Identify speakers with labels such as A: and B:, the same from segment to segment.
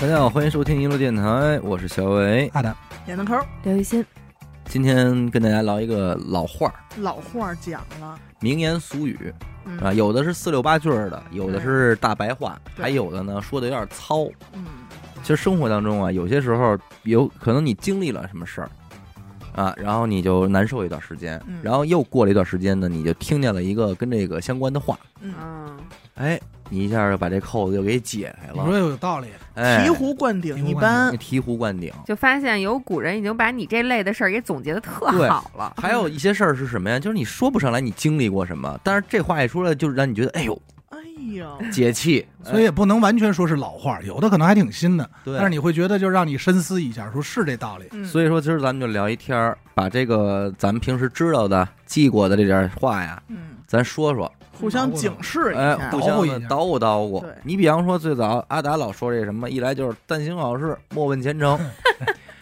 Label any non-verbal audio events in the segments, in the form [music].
A: 大家好，欢迎收听一路电台，我是小伟。
B: 阿达，
C: 点子抠儿
D: 刘雨欣，
A: 今天跟大家聊一个老话儿、
C: 老话儿讲了，
A: 名言俗语
C: 嗯
A: 啊，有的是四六八句儿的，有的是大白话，
C: 对
A: 还有的呢说的有点糙。
C: 嗯，
A: 其实生活当中啊，有些时候有可能你经历了什么事儿啊，然后你就难受一段时间，
C: 嗯
A: 然后又过了一段时间呢，你就听见了一个跟这个相关的话，
C: 嗯，
D: 嗯，
A: 哎，你一下就把这扣子就给解开
B: 你说
A: 了，
B: 有道理，
A: 哎，
C: 醍醐灌顶一般
A: 那，醍醐灌顶。
D: 就发现有古人已经把你这类的事儿给总结的特
A: 对
D: 好了，
A: 还有一些事儿是什么呀？ [laughs] 就是你说不上来你经历过什么，但是这话一出来，就让你觉得哎呦
C: 哎呦，
A: 解气。哎
B: 所以也不能完全说是老话儿，有的可能还挺新的，
A: 对，
B: 但是你会觉得就让你深思一下，说是这道理。
C: 嗯
A: 所以说今儿咱们就聊一天儿，把这个咱们平时知道的、记过的这点儿话呀，
C: 嗯，
A: 咱说说，
C: 互相警示一
A: 哎，
C: 下
A: 互，
B: 倒
A: 相
B: 过一
A: 的
B: 下
A: 捣鼓捣鼓
C: 对。
A: 你比方说最早阿达老说这什么，一来就是“但行好事，莫问前程” 。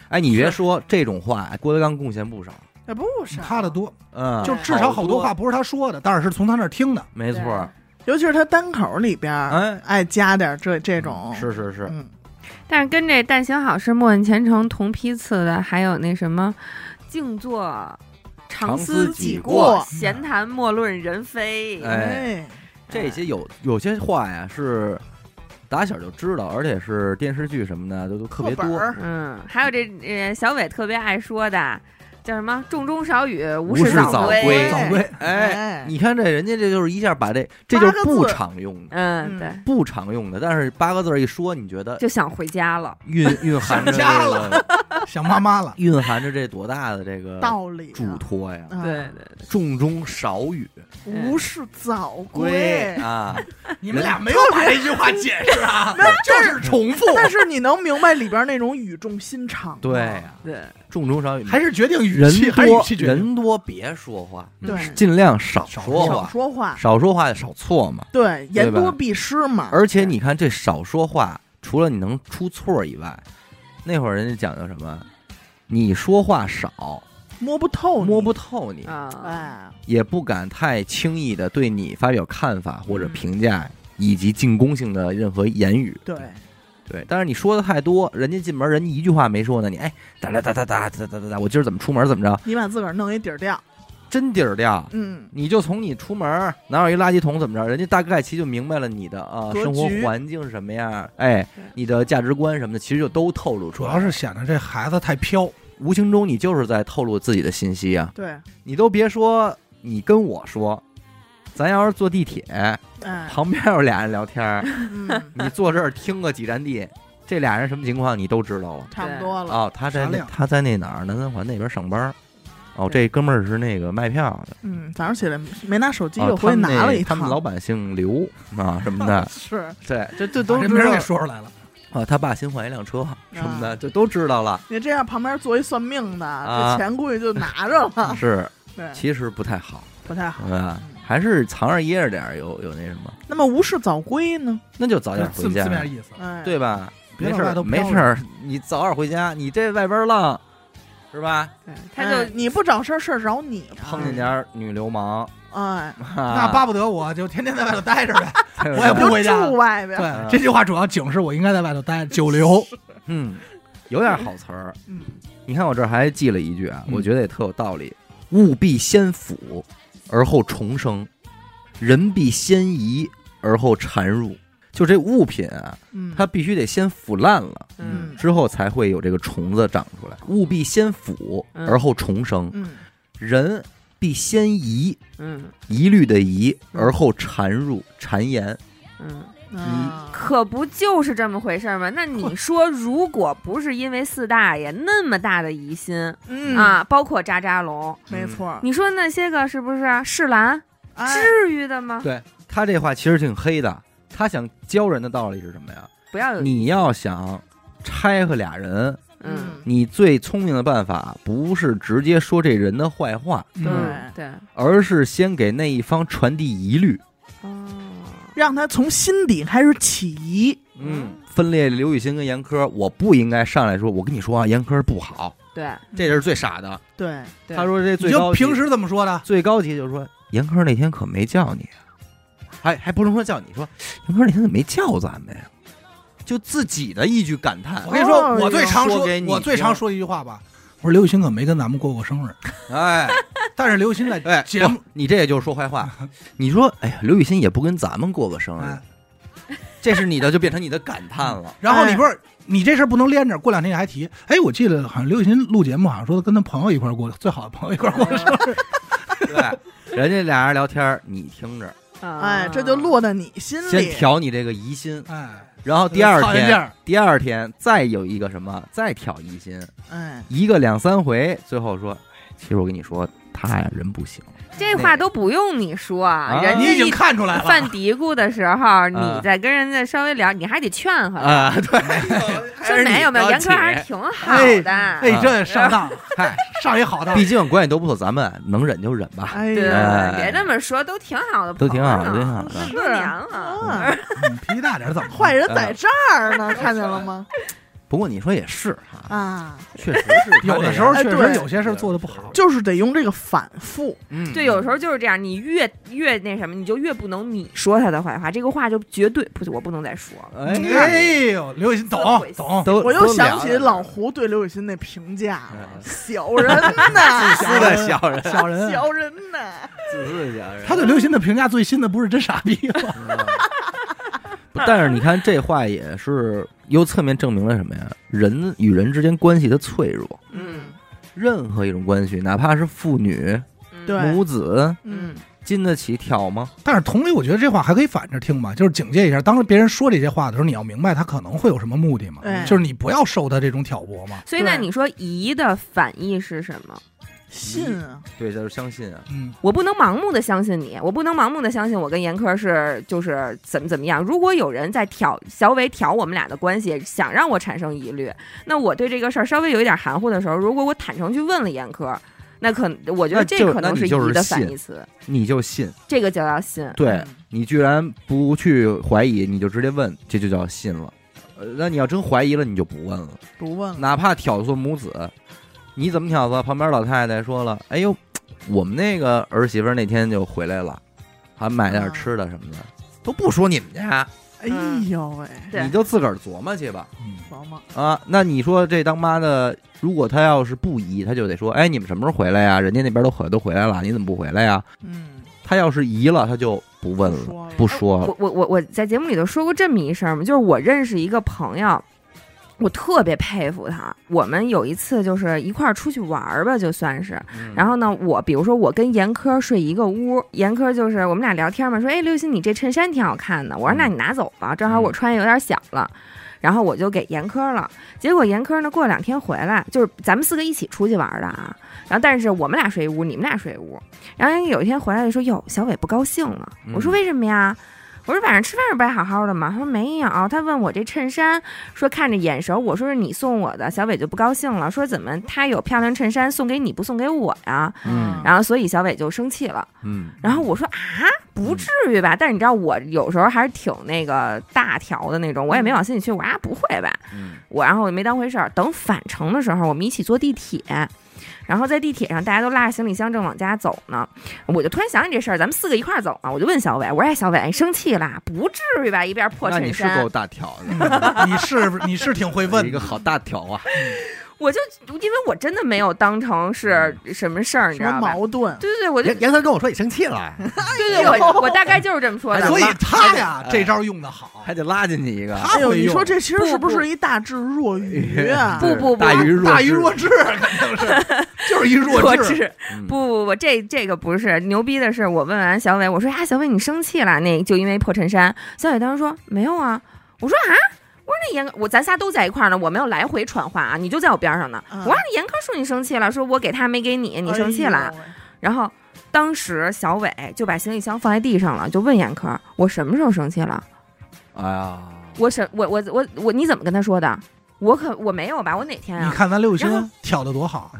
A: 哎，你别说这种话，郭德纲贡献不少。
C: 哎，不是
B: 他的，多，
A: 嗯，
B: 就至少好多
A: 多
B: 话，不是他说的，但是是从他那儿听的。
A: 没错儿，
C: 尤其是他单口里边儿，
A: 哎
C: 爱加点儿这这种，
A: 是是是，
C: 嗯，
D: 但是跟这“但行好事，莫问前程”同批次的，还有那什么“静坐
A: 常
D: 常
A: 思
D: 思
A: 己
D: 己
C: 过
D: 过，闲谈莫论人非”
A: 哎这些有有些话呀是打小就知道，而且是电视剧什么的都都特别
C: 课本
A: 多
C: 儿。
D: 嗯，还有这呃小伟特别爱说的，叫什么“重中少雨，无
A: 无事
D: 事
C: 哎
A: 早
D: 归
C: 归”。
B: 早归，
A: 哎，你看这人家这就是一下把这这就是不常用的，
D: 嗯，
C: 嗯
D: 对，
A: 不常用的，但是八个字儿一说，你觉得
D: 就想回家了。
A: 蕴蕴含着这
B: 想家
A: 个，
B: 想妈妈了
A: [laughs] 蕴含着这多大的这个
C: 道理啊
A: 嘱，托呀？
C: 嗯
D: 对，对对，
A: 重中少语
C: 无事早
A: 归
C: 归。
A: 啊，
B: [laughs] 你们俩没有把这句话解释 [laughs] 啊，就是重复，
C: 但是你能明白里边那种语重心长啊吗，
A: 对啊呀，
D: 对，
A: 重中少语
B: 还是决定语
A: 人
B: 气，还是语
A: 多
B: 气决定。
A: 人多别说话，
D: 嗯
C: 对，
A: 尽量少
B: 少
A: 说
B: 说
C: 少
A: 话，
C: 说话，
A: 少说话少错嘛。
C: 对，言
A: 吧
C: 多必失嘛，
A: 而且你看这少说话，除了你能出错以外，那会儿人家讲究什么？你说话少，
C: 摸不透你，
A: 摸不透你，
D: 啊，
C: 哎，
A: 也不敢太轻易的对你发表看法或者评价，以及进攻性的任何言语。
C: 对，
A: 对，但是你说的太多，人家进门人家一句话没说呢，你哎哒哒哒哒哒哒哒哒哒，我今儿怎么出门怎么着，
C: 你把自个儿弄一底儿掉，
A: 真底儿掉。
C: 嗯，
A: 你就从你出门哪有一垃圾桶怎么着，人家大概其就明白了你的啊、
C: 格
A: 生活
C: 局
A: 环境是什么样，哎
C: 对，
A: 你的价值观什么的，其实就都透露出
B: 主
A: 来。
B: 要是显得这孩子太飘，
A: 无形中你就是在透露自己的信息啊！
C: 对，
A: 你都别说你跟我说，咱要是坐地铁，
D: [laughs]
C: 哎，
A: 旁边有俩人聊天
C: [laughs]
A: 儿，
C: 嗯，
A: 你坐这儿听个几站地，这俩人什么情况你都知道了。
C: 差不多了，
A: 哦，他在
B: 啥
A: 那
B: 量
A: 他在那哪儿南三环那边上班儿，哦，这哥们儿是那个卖票的，
C: 嗯，早上起来没拿手机，
A: 哦
C: 又
A: 他
C: 回去
A: 们
C: 拿
A: 那
C: 了一
A: 他
C: 趟。，
A: 们老板姓刘啊什么的
C: [laughs] 是，
A: 对，这这
B: 把
A: 都
B: 这
A: 知
B: 名儿
A: 道
B: 给说出来了。
A: 啊，他爸新换一辆车什么的，这都知道了。
C: 你这样旁边坐一算命的，
A: 啊
C: 这钱估计就拿着了，
A: 是，
C: 对，
A: 其实不太好，
C: 不太好。
A: 啊，还是藏着掖着点儿有有那什么，
C: 那么无事早归呢？
A: 那就早
B: 就
A: 点
B: 是字
A: 回
B: 字
A: 家。啊
B: 面意思，
C: 哎，
A: 对吧？
B: 别
A: 没
B: 老
A: 事
B: 外
A: 儿，
B: 头
A: 没
B: 飘
A: 事
B: 着
A: 儿，你早点回家。你这外边浪，是吧？
C: 对，
D: 他就
C: 哎你不找事儿，事儿找你啊，
A: 碰见点儿女流氓， [laughs]
C: 哎，
B: 那
A: 那
B: 巴不得我就天天在外头待着呗。
A: 我
B: 我也不
C: 就
B: 回家了
C: 住外边，
A: 嗯
B: [laughs] 对，这句话主要警示我应该在外头待着，久 [laughs] 留。
A: 嗯，有点好词儿。
C: 嗯，
A: 你看我这儿还记了一句啊，
B: 嗯
A: 我觉得也特有道理：物必先腐而后重生，人必先移而后缠入。就这物品啊，
C: 嗯，
A: 它必须得先腐烂了，
D: 嗯
C: 嗯
A: 之后才会有这个虫子长出来。物必先腐
D: 嗯
A: 而后重生，
C: 嗯，
A: 人必先移
D: 嗯
A: 疑虑的疑，
D: 嗯
A: 而后缠入谗言。
D: 嗯。
C: 啊
D: 可不就是这么回事儿吗？那你说，如果不是因为四大爷那么大的疑心、
C: 嗯，
D: 啊，包括渣渣龙，
C: 没错，
D: 你说那些个是不是世兰？
A: 嗯
C: 哎
D: 至于的吗？
A: 对他这话其实挺黑的，他想教人的道理是什么呀？
D: 不要有
A: 你要想拆和俩人，
D: 嗯，
A: 你最聪明的办法不是直接说这人的坏话，
B: 嗯，
D: 对对
A: 而是先给那一方传递疑虑。
D: 哦，
C: 让他从心底开始起疑，
A: 嗯，分裂刘雨欣跟严科，我不应该上来说，我跟你说啊，严科不好，
D: 对
A: 这人是最傻的。
C: 对，
D: 嗯对，
A: 他说这
B: 你
A: 最
B: 就
A: 高级
B: 平时怎么说的？
A: 最高级就是说，严科那天可啊没叫你，还还不能说叫你说，严科那天怎么没叫咱们呀？就自己的一句感叹
B: 我。跟你说，
C: 哦
B: 我最常
A: 说
B: 说
A: 给，你
B: 我最常说一句话吧，我说刘雨欣可没跟咱们过过生日，
A: [laughs] 哎
B: [laughs] 但是刘雨欣在
A: 哎，
B: 节目
A: 不你这也就是说坏话。你说，哎呀，刘雨欣也不跟咱们过个生日，
B: 哎
A: 这是你的就变成你的感叹了。
B: 然后你不是你这事儿不能连着，过两天你还提。哎，我记得好像刘雨欣录节目，好像说跟他朋友一块儿过，最好的朋友一块儿过生日。
A: 对，人家俩人聊天儿，你听着，
D: 嗯
C: 哎，这就落到你心
A: 先
C: 里。
A: 挑你这个疑心，
B: [laughs] 哎，
A: 然后第二
B: 操人
A: 天，
B: 家
A: 第二天再有一个什么，再挑疑心，
C: 哎，
A: 一个两三回，最后说，哎其实我跟你说，他呀人不行。
D: 这话都不用你说，
A: 啊
D: 人
B: 你
D: 家
B: 已经
D: 一
B: 看出来
D: 犯
B: 了，啊
D: 嘀咕的时候，你再跟人家稍微聊，你还得劝回来，
A: 啊，对，
D: 说没有没有，严哥还是挺好的。
B: 哎，这上当， [laughs] 嗨，上一好当。
A: 毕竟关系都不错，咱们能忍就忍吧。
C: 哎
D: 对
A: 哎，
C: 呀，
D: 别这么说，都挺好啊的朋友，
A: 都挺好的，挺好的。啊
D: 很多年了，
C: 啊
B: 你嗯脾气大点儿怎么了？
C: 坏人在这儿呢，看见了吗？
A: 不过你说也是哈，
C: 啊，
A: 确实是他这个
B: 有的时候
C: 哎
B: 确
C: 对
B: 实有些事儿做的不好。
C: 就是得用这个反复。
A: 嗯
D: 对，有时候就是这样，你越越那什么，你就越不能你说他的坏话，这个话就绝对不，我不能再说了。
A: 哎，
B: 呦，刘雨欣懂懂，
A: 都
C: 我又
A: 都
C: 想起
A: 聊
C: 老胡对刘雨欣那评价了，小人
A: [laughs]
C: 呐，
A: 自私的小人，
B: 小人。啊
C: 小人呐，
A: 自私的小人
B: 他对刘雨欣的评价最新的不是真傻逼吗？
C: [laughs]
A: 不但是你看这话也是由侧面证明了什么呀？人与人之间关系的脆弱，
D: 嗯，
A: 任何一种关系，哪怕是父女、
D: 嗯
C: 对
A: 母子，
C: 嗯
D: 嗯，
A: 经得起挑吗？
B: 但是同理，我觉得这话还可以反着听吧，就是警戒一下，当别人说这些话的时候，你要明白他可能会有什么目的嘛，
C: 哎
B: 就是你不要受他这种挑拨嘛。
D: 所以那
C: 对
D: 你说疑的反义是什么？
C: 信啊，
A: 对，就是相信啊。
B: 嗯，
D: 我不能盲目的相信你，我不能盲目的相信我跟严科是就是怎么怎么样。如果有人在挑小伟挑我们俩的关系，想让我产生疑虑，那我对这个事儿稍微有一点含糊的时候，如果我坦诚去问了严科，那可我觉得
A: 那
D: 这
A: 就
D: 可能
A: 那你就是
D: 疑的
A: 信
D: 反义词，
A: 你就信，
D: 这个就要信。
A: 对
C: 嗯
A: 你居然不去怀疑，你就直接问，这就叫信了。呃，那你要真怀疑了，你就不问了。
C: 不问了。
A: 哪怕挑唆母子，你怎么挑唆？旁边老太太说了：“哎呦，我们那个儿媳妇儿那天就回来了，还买点吃的什么的，啊都不说你们家，
C: 哎呦喂，
D: 对
A: 你就自个儿琢磨去吧。
D: [laughs]
B: 嗯
C: 琢磨，”
A: 啊，那你说这当妈的，如果她要是不疑，她就得说：“哎，你们什么时候回来呀？人家那边都回都回来了，你怎么不回来呀
C: 嗯，？”
A: 她要是疑了，她就不问了，
C: 说了
A: 不说了。
D: 我我我我在节目里头说过这么一事儿嘛，就是我认识一个朋友，我特别佩服他。我们有一次就是一块儿出去玩儿吧，就算是。
A: 嗯
D: 然后呢，我比如说我跟严科睡一个屋，严科就是我们俩聊天嘛，说哎刘雨欣你这衬衫挺好看的，我说
A: 嗯
D: 那你拿走吧，正好我
A: 嗯
D: 穿有点小了。然后我就给严科了，结果严科呢过两天回来，就是咱们四个一起出去玩儿的啊。然后但是我们俩睡一屋，你们俩睡一屋。然后有一天回来就说哟，小伟不高兴了。我
A: 嗯
D: 说为什么呀？我说晚上吃饭时候不还好好的吗？他说没有，他问我这衬衫，说看着眼熟，我说是你送我的，小伟就不高兴了，说怎么他有漂亮衬衫送给你不送给我呀？
A: 嗯
D: 然后所以小伟就生气了。
A: 嗯，
D: 然后我说啊，不至于吧？但是你知道我有时候还是挺那个大条的那种，我也没往心里去。我说啊，不会吧？
A: 嗯
D: 我然后我也没当回事儿。等返程的时候，我们一起坐地铁，然后在地铁上大家都拉着行李箱正往家走呢，我就突然想起这事儿，咱们四个一块儿走嘛，我就问小伟，我说哎，小伟你生气啦？不至于吧？一边破
A: 那
D: 衬
A: 你是
D: 衫
A: 够，大挑的，
B: 嗯你是你是挺会问
A: 一个
B: 的，
A: 好大挑啊。
D: 我就因为我真的没有当成是什么事儿，你知
C: 什么
D: 道吧？
C: 矛盾？
D: 对对对，我就
A: [laughs] 严三跟我说你生气了，
D: 对对，我我大概哎就是这么说的。
B: 哎所以他呀
A: 哎
B: 这招用的好，
A: 还得拉进去一个。
B: 他
C: 哎呦，
B: 会
C: 你
B: 用
C: 说这其实是
D: 不不
C: 不是一大智若愚
A: [laughs]
C: 啊？
D: 不不不
A: 大鱼弱
B: 大于
A: 智
B: 弱智肯定是，
D: [laughs]
B: 就是一弱
D: 弱
B: 智。
D: 智。
C: 嗯
A: 嗯
D: 不不不，这这个不是牛逼的是，我问完小伟，我说啊，小伟你生气了，那就因为破衬衫。小伟当时说没有啊，我说啊。我说那严哥，我咱仨都在一块儿呢，我没有来回传话啊，你就在我边上呢。
C: 嗯
D: 我说那严哥说你生气了，说我给他没给你，你生气了。
C: 哎呦喂，
D: 然后当时小伟就把行李箱放在地上了，就问严科，我什么时候生气了？
A: 哎呀，
D: 我什我我我我你怎么跟他说的？我可我没有吧，我哪天
B: 你
D: 啊？
B: 看咱刘雨
D: 然
B: 欣挑的多好，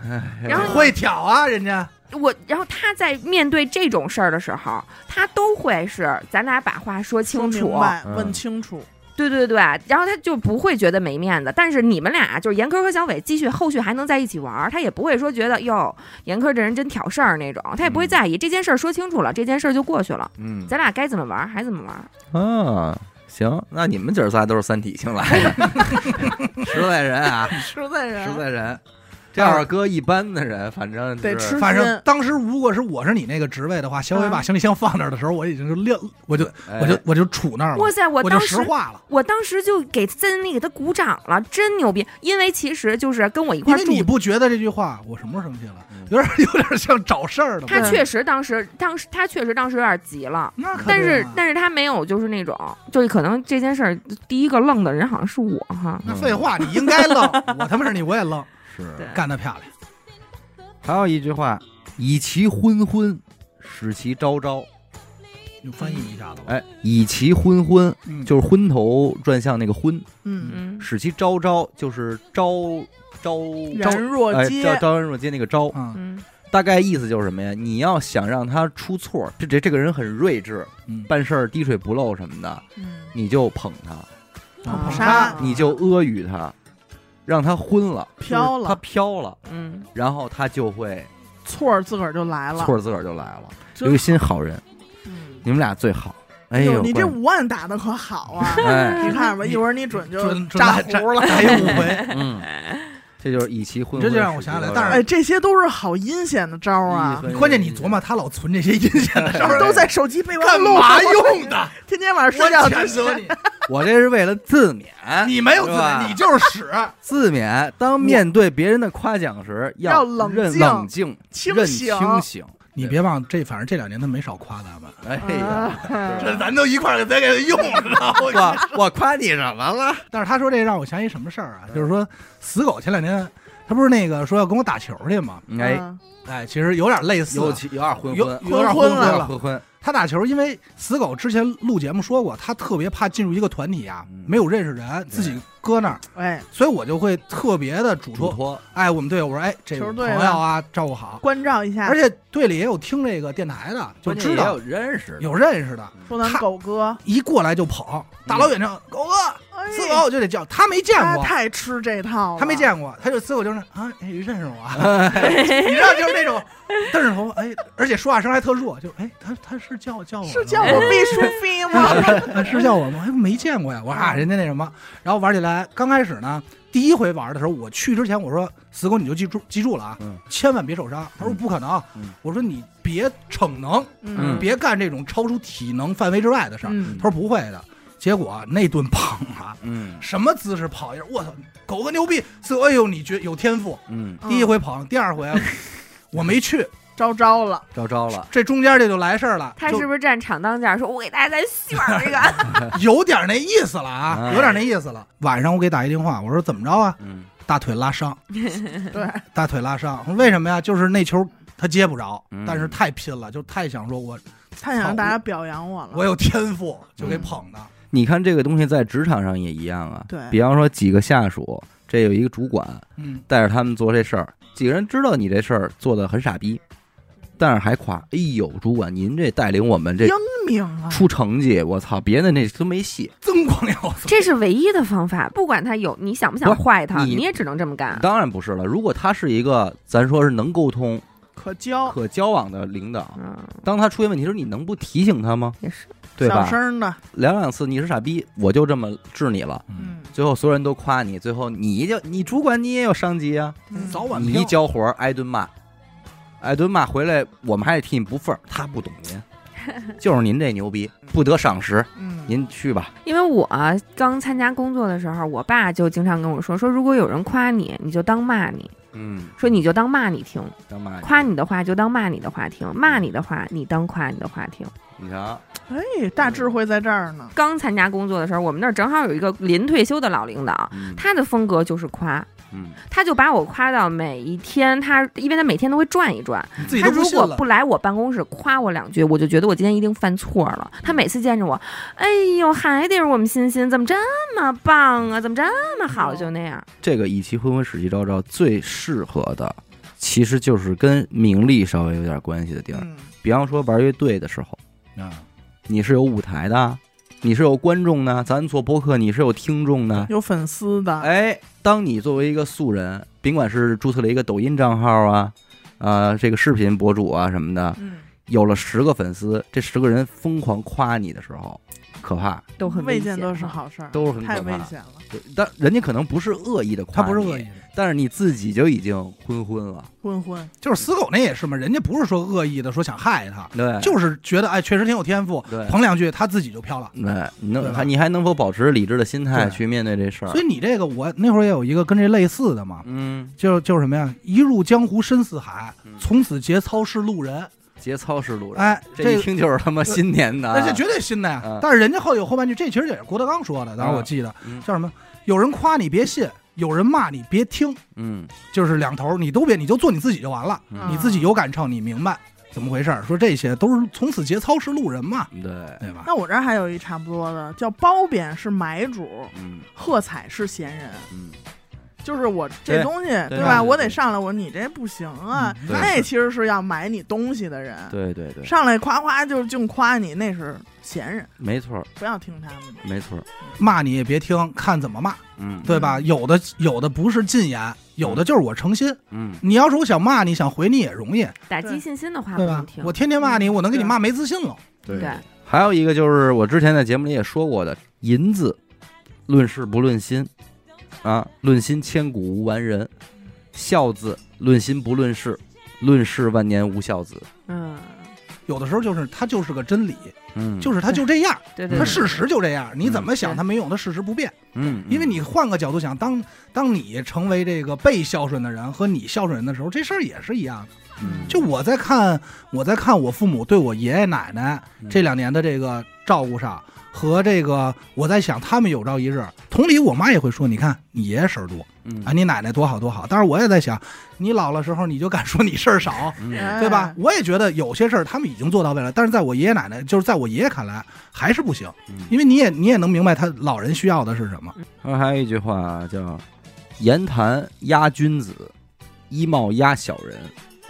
D: 然
C: 哎
D: 后
B: 会挑啊，人家
D: 我，然后他在面对这种事儿的时候，他都会是咱俩把话说清
C: 说
D: 楚啊
C: 明，白
A: 嗯
C: 问清楚，
D: 对对对，然后他就不会觉得没面子。但是你们俩啊就是严科和小伟，继续后续还能在一起玩儿，他也不会说觉得哟，严科这人真挑事儿那种，他也不会
B: 嗯
D: 在意、这件事儿说清楚了，这件事儿就过去了，
A: 嗯
D: 咱俩该怎么玩儿还怎么玩儿。
A: 啊，行，那你们姐儿仨都是《三体》星来的， [laughs] 实在人啊，
C: 实在
A: 实
C: 人
A: 在人。这要是搁一般的人，反正
C: 得
A: 就是
C: 吃
B: 反正
C: 心
B: 当时如果是我是你那个职位的话，小伟把
C: 嗯
B: 行李箱放那儿的时候，我已经是撂，我就
A: 哎
B: 我就我就杵那儿了
D: 哇，塞，我
B: 我就
D: 当
B: 嗯实
D: 时
B: 话了，
D: 我当时就给森丽给他鼓掌了，真牛逼！因为其实就是跟我一
B: 因
D: 块
B: 为
D: 住
B: 你，不觉得这句话我什么时候生气了
A: 嗯，
B: 有点有点像找事儿的
D: 他
B: 吗？
D: 确实当时当时他确实当时有点急了。
B: 那可啊
D: 但
B: 不
D: 是
B: 嘛，
D: 但是他没有，就是那种，就是可能这件事儿第一个愣的人好像是我哈。
B: 那废话，你应该愣，我他妈是你我也
D: [laughs]
B: 愣，
A: 是
D: 对
B: 干得漂亮，
A: 还有一句话：“以其昏昏，使其昭昭。
B: 你翻译一下子”吧。
A: 哎，以其昏昏
B: 嗯，
A: 就是昏头转向那个昏，
C: 嗯，
D: 嗯，
A: 使其昭昭就是昭昭昭
C: 然若
A: 哎，
C: 揭
A: 昭昭然若揭那个昭，
B: 啊，
D: 嗯，
A: 大概意思就是什么呀？你要想让他出错儿，这这这个人很睿智，
B: 嗯，
A: 办事儿滴水不漏什么的，
C: 嗯
A: 你就捧他，
D: 嗯
B: 啊
C: 捧
B: 捧
C: 杀
A: 你就阿谀他，让他昏了，
C: 飘
A: 就是
C: 了
A: 他飘了，
D: 嗯，
A: 然后他就会
C: 错儿自个儿就来了
A: 错，儿自个儿就来了。
C: 真
A: 刘雨欣好人，
C: 嗯
A: 你们俩最好。哎
C: 哟
A: 呦，
C: 你这
A: 关
C: 五万打的可好
B: [laughs]
C: 啊！
A: 哎，
C: 你看吧，
B: 你
C: 一会儿你准就
B: 准准
C: 炸
B: 来炸
C: 糊了。
B: 还有五回，
A: 嗯，这就是以其昏昏。
B: 你这就让我想起来但是
C: 哎，这些都是好阴险的招儿啊，
A: 嗯
B: 关键你琢磨他老存这些阴
C: [laughs]
B: 险的事儿，
C: 都在手机备忘
B: 干
C: 录，
B: 嘛用的？
C: [laughs] 天天晚上睡觉
B: 我
C: 之
B: 谴责
C: 前
B: 你，
A: 我这是为了自勉，
B: 你没有自
A: 是吧
B: 己，你就是屎。
A: 自勉。当面对别人的夸奖时，
C: 要冷
A: 冷认
C: 静
A: 静、
C: 清
A: 认
C: 醒。
A: 清醒。
B: 你别忘这，反正这两年他没少夸咱们，
A: 哎呀，
C: 啊
B: 这咱都一块儿给咱给他用
A: [laughs]
B: 了。我靠！
A: 我我夸你什么了？
B: 但是他说这让我想起什么事儿啊？就是说死狗前两天他不是那个说要跟我打球去嘛？
A: 哎，
C: 嗯
B: 哎，其实有点类似，
A: 有其有点啊昏
B: 有
A: 昏，
B: 有
C: 昏
B: 点昏
C: 昏
A: 有点
B: 了。
A: 昏昏。
B: 他打球，因为死狗之前录节目说过，他特别怕进入一个团体啊
A: 嗯，
B: 没有认识人，自己搁那儿，
C: 哎，
B: 所以我就会特别的嘱
A: 嘱
B: 托，
A: 托，
B: 哎，我们队友，我说，哎，这
C: 球
B: 个
C: 队
B: 朋
C: 的
B: 友啊，照顾好。
C: 关照一下，
B: 而且队里也有听这个电台的，就知道
A: 有嗯认识的
B: 有认识的，
C: 说咱
B: 他
C: 狗哥，
B: 一过来就捧，大老远就狗哥，
C: 哎
B: 死狗就得叫，他没见
C: 他
B: 过，
C: 太吃这套了，
B: 他没见过，他就死狗就是啊，哎，认识
C: [laughs]
B: 我啊，你知道就是那种，但是头发，哎，而且说话声还特弱，就哎，他他是叫叫我吗
C: 是叫我秘书
B: [laughs]
C: 飞吗？嗯
B: 啊 [laughs] 是叫我吗？哎，没见过呀。我说啊，人家那什么，然后玩起来，刚开始呢，第一回玩的时候，我去之前我说死狗你就记住记住了啊，
A: 嗯
B: 千万别受伤。他说
A: 嗯
B: 不可能，
A: 嗯
B: 我说你别逞能，
A: 嗯
B: 别干这种超出体能范围之外的事儿。
C: 嗯，
B: 他说不会的，结果那顿捧啊，
A: 嗯
B: 什么姿势跑一下，我操，狗哥牛逼，死狗哎呦你觉有天赋，
A: 嗯，
C: 嗯
B: 第一回捧，第二回啊我没去，
C: 招招
B: [laughs]
C: 了，
A: 招招了，
B: 这中间这就来事儿了，
D: 他
B: 就是
D: 不是站场当间儿说：“我给大家炫这个。
B: 有点那意思了啊，
A: 哎
B: 有点那意思了。晚上我给打一电话，我说怎么着啊？
A: 嗯
B: 大腿拉伤，
C: 对，
B: 大腿拉伤，我说为什么呀？就是那球他接不着
A: 嗯，
B: 但是太拼了，就太想说我
C: 太想让大家表扬我了，
B: 我有天赋，就给捧的。
A: 你看这个东西在职场上也一样啊。
C: 对
A: 比方说几个下属，这有一个主管
B: 嗯，
A: 带着他们做这事儿，几个人知道你这事儿做的很傻逼，但是还夸，哎呦，主管您这带领我们这
C: 英明啊，
A: 出成绩，我操，别的那都没戏。
B: 增光要素”。
D: 这是唯一的方法，不管他有你想不想
A: 不是
D: 坏他，
A: 你
D: 你也只能这么干。
A: 当然不是了，如果他是一个咱说是能沟通、
C: 可
D: 哦
C: 教，
A: 可交往的领导，
D: 嗯，
A: 当他出现问题的时候，你能不提醒他吗？
D: 也是，
A: 对
C: 小
A: 吧？
C: 声的，
A: 聊两次你是傻逼，我就这么治你了。
C: 嗯，
A: 最后所有人都夸你，最后你就你主管你也有商机啊！
C: 嗯
B: 早晚
A: 你一交活儿挨顿骂，挨顿骂回来，我们还得替你不忿儿。他不懂您，
D: [laughs]
A: 就是您这牛逼，不得赏识，
C: 嗯，
A: 您去吧。
D: 因为我刚参加工作的时候，我爸就经常跟我说：“说如果有人夸你，你就当骂你；
A: 嗯，
D: 说你就当骂你听，
A: 当骂
D: 夸你的话就当骂你的话听，骂你的话你当夸你的话听。”
A: 你瞧，
C: 哎，大智慧在这儿呢，
D: 刚参加工作的时候，我们那儿正好有一个临退休的老领导，
A: 嗯
D: 他的风格就是夸，
A: 嗯
D: 他就把我夸到每一天，他因为他每天都会转一转，
B: 你自己
D: 他
B: 都不
D: 如
B: 信
D: 果
B: 了
D: 不。来我办公室夸我两句，我就觉得我今天一定犯错了。他每次见着我，哎呦，还得是我们欣欣，怎么这么棒啊？怎么这么好？就那样，
A: 这个以其昏昏使其昭昭最适合的，其实就是跟名利稍微有点关系的地儿。
C: 嗯，
A: 比方说玩乐队的时候，
B: 嗯
A: 你是有舞台的，你是有观众呢，咱做播客你是有听众呢。
C: 有粉丝的，
A: 哎，当你作为一个素人，呃甭管是注册了一个抖音账号啊，啊、这个视频博主啊什么的，
C: 嗯，
A: 有了十个粉丝，这十个人疯狂夸你的时候，可怕，
D: 都很
C: 未
D: 危
C: 见
D: 险
C: 得是
D: 哈
C: 好事儿，
A: 都是很
C: 太
A: 可
C: 危
A: 怕
C: 险了，
A: 对但人家可能不是恶意的夸，
B: 他不是恶意，的，
A: 但是你自己就已经昏昏了，
C: 昏昏，
B: 就是死狗那也是嘛，人家不是说恶意的说想害他，
A: 对，
B: 就是觉得哎确实挺有天赋，
A: 对。
B: 捧两句他自己就飘了。
A: 对，你
B: 对
A: 能
B: 吧
A: 还你还能否保持理智的心态
B: 对
A: 去面对这事儿
B: 所？以你这个我那会儿也有一个跟这类似的嘛，
A: 嗯，
B: 就就是什么呀，一入江湖深似海
A: 嗯，
B: 从此节操是路人。
A: 节操是路人，
B: 哎，
A: 这一
B: 个
A: 听就是他妈新年的啊，
B: 而且绝对新的呀
A: 嗯。
B: 但是人家后有后半句，这其实也是郭德纲说的，当时我记得
A: 嗯
B: 叫什么，有人夸你别信，有人骂你别听，
A: 嗯，
B: 就是两头儿你都别，你就做你自己就完了，
A: 嗯
C: 啊
B: 你自己有杆秤，你明白怎么回事儿。说这些都是从此节操是路人嘛，
A: 对，
B: 对吧？
C: 那我这儿还有一差不多的，叫褒贬是买主，
A: 嗯
C: 喝彩是闲人。
A: 嗯，
C: 就是我这
A: 对
C: 东西，
A: 对
C: 吧？
A: 对
C: 我
A: 对
C: 得上来，我你这不行啊！
B: 嗯
A: 对
C: 那其实是要买你东西的人，
A: 对对对，
C: 上来夸夸就净夸你，那是闲人，
A: 没错儿
C: 不要听他们的。
A: 没错儿，
B: 骂你也别听，看怎么骂，
A: 嗯
B: 对吧？有的有的不是禁言，有的就是我诚心。
A: 嗯，
B: 你要是我想骂你，想回你也容易，
D: 打击信心的话不
B: 对
D: 能
B: 吧
D: 听？。
B: 我天天骂
A: 嗯
B: 你，我能给你骂没自信了。
A: 对
D: 对
A: 还有一个就是我之前在节目里也说过的，银子论事不论心，啊，论心千古无完人；孝字论心不论事，论事万年无孝子。
D: 嗯，
B: 有的时候就是它就是个真理，
A: 嗯，
B: 就是它就这样，
D: 对对，
B: 它
D: 对
B: 事实就这样，你怎么想
D: 对
B: 它没用，它事实不变。
A: 嗯，
B: 因为你换个角度想，当当你成为这个被孝顺的人和你孝顺人的时候，这事儿也是一样的。
A: 嗯
B: 就我在看我在看我父母对我爷爷奶奶
A: 嗯
B: 这两年的这个照顾上，和这个我在想他们有朝一日，同理我妈也会说，你看你爷爷事儿多
A: 嗯
B: 啊，你奶奶多好多好。但是我也在想，你老了时候你就敢说你事儿少，
A: 嗯
C: 哎
B: 对吧？？我也觉得有些事儿他们已经做到位了，但是在我爷爷奶奶，就是在我爷爷看来还是不行，因为你也你也能明白他老人需要的是什么。
A: 嗯，还有一句话叫“言谈压君子，衣帽压小人”。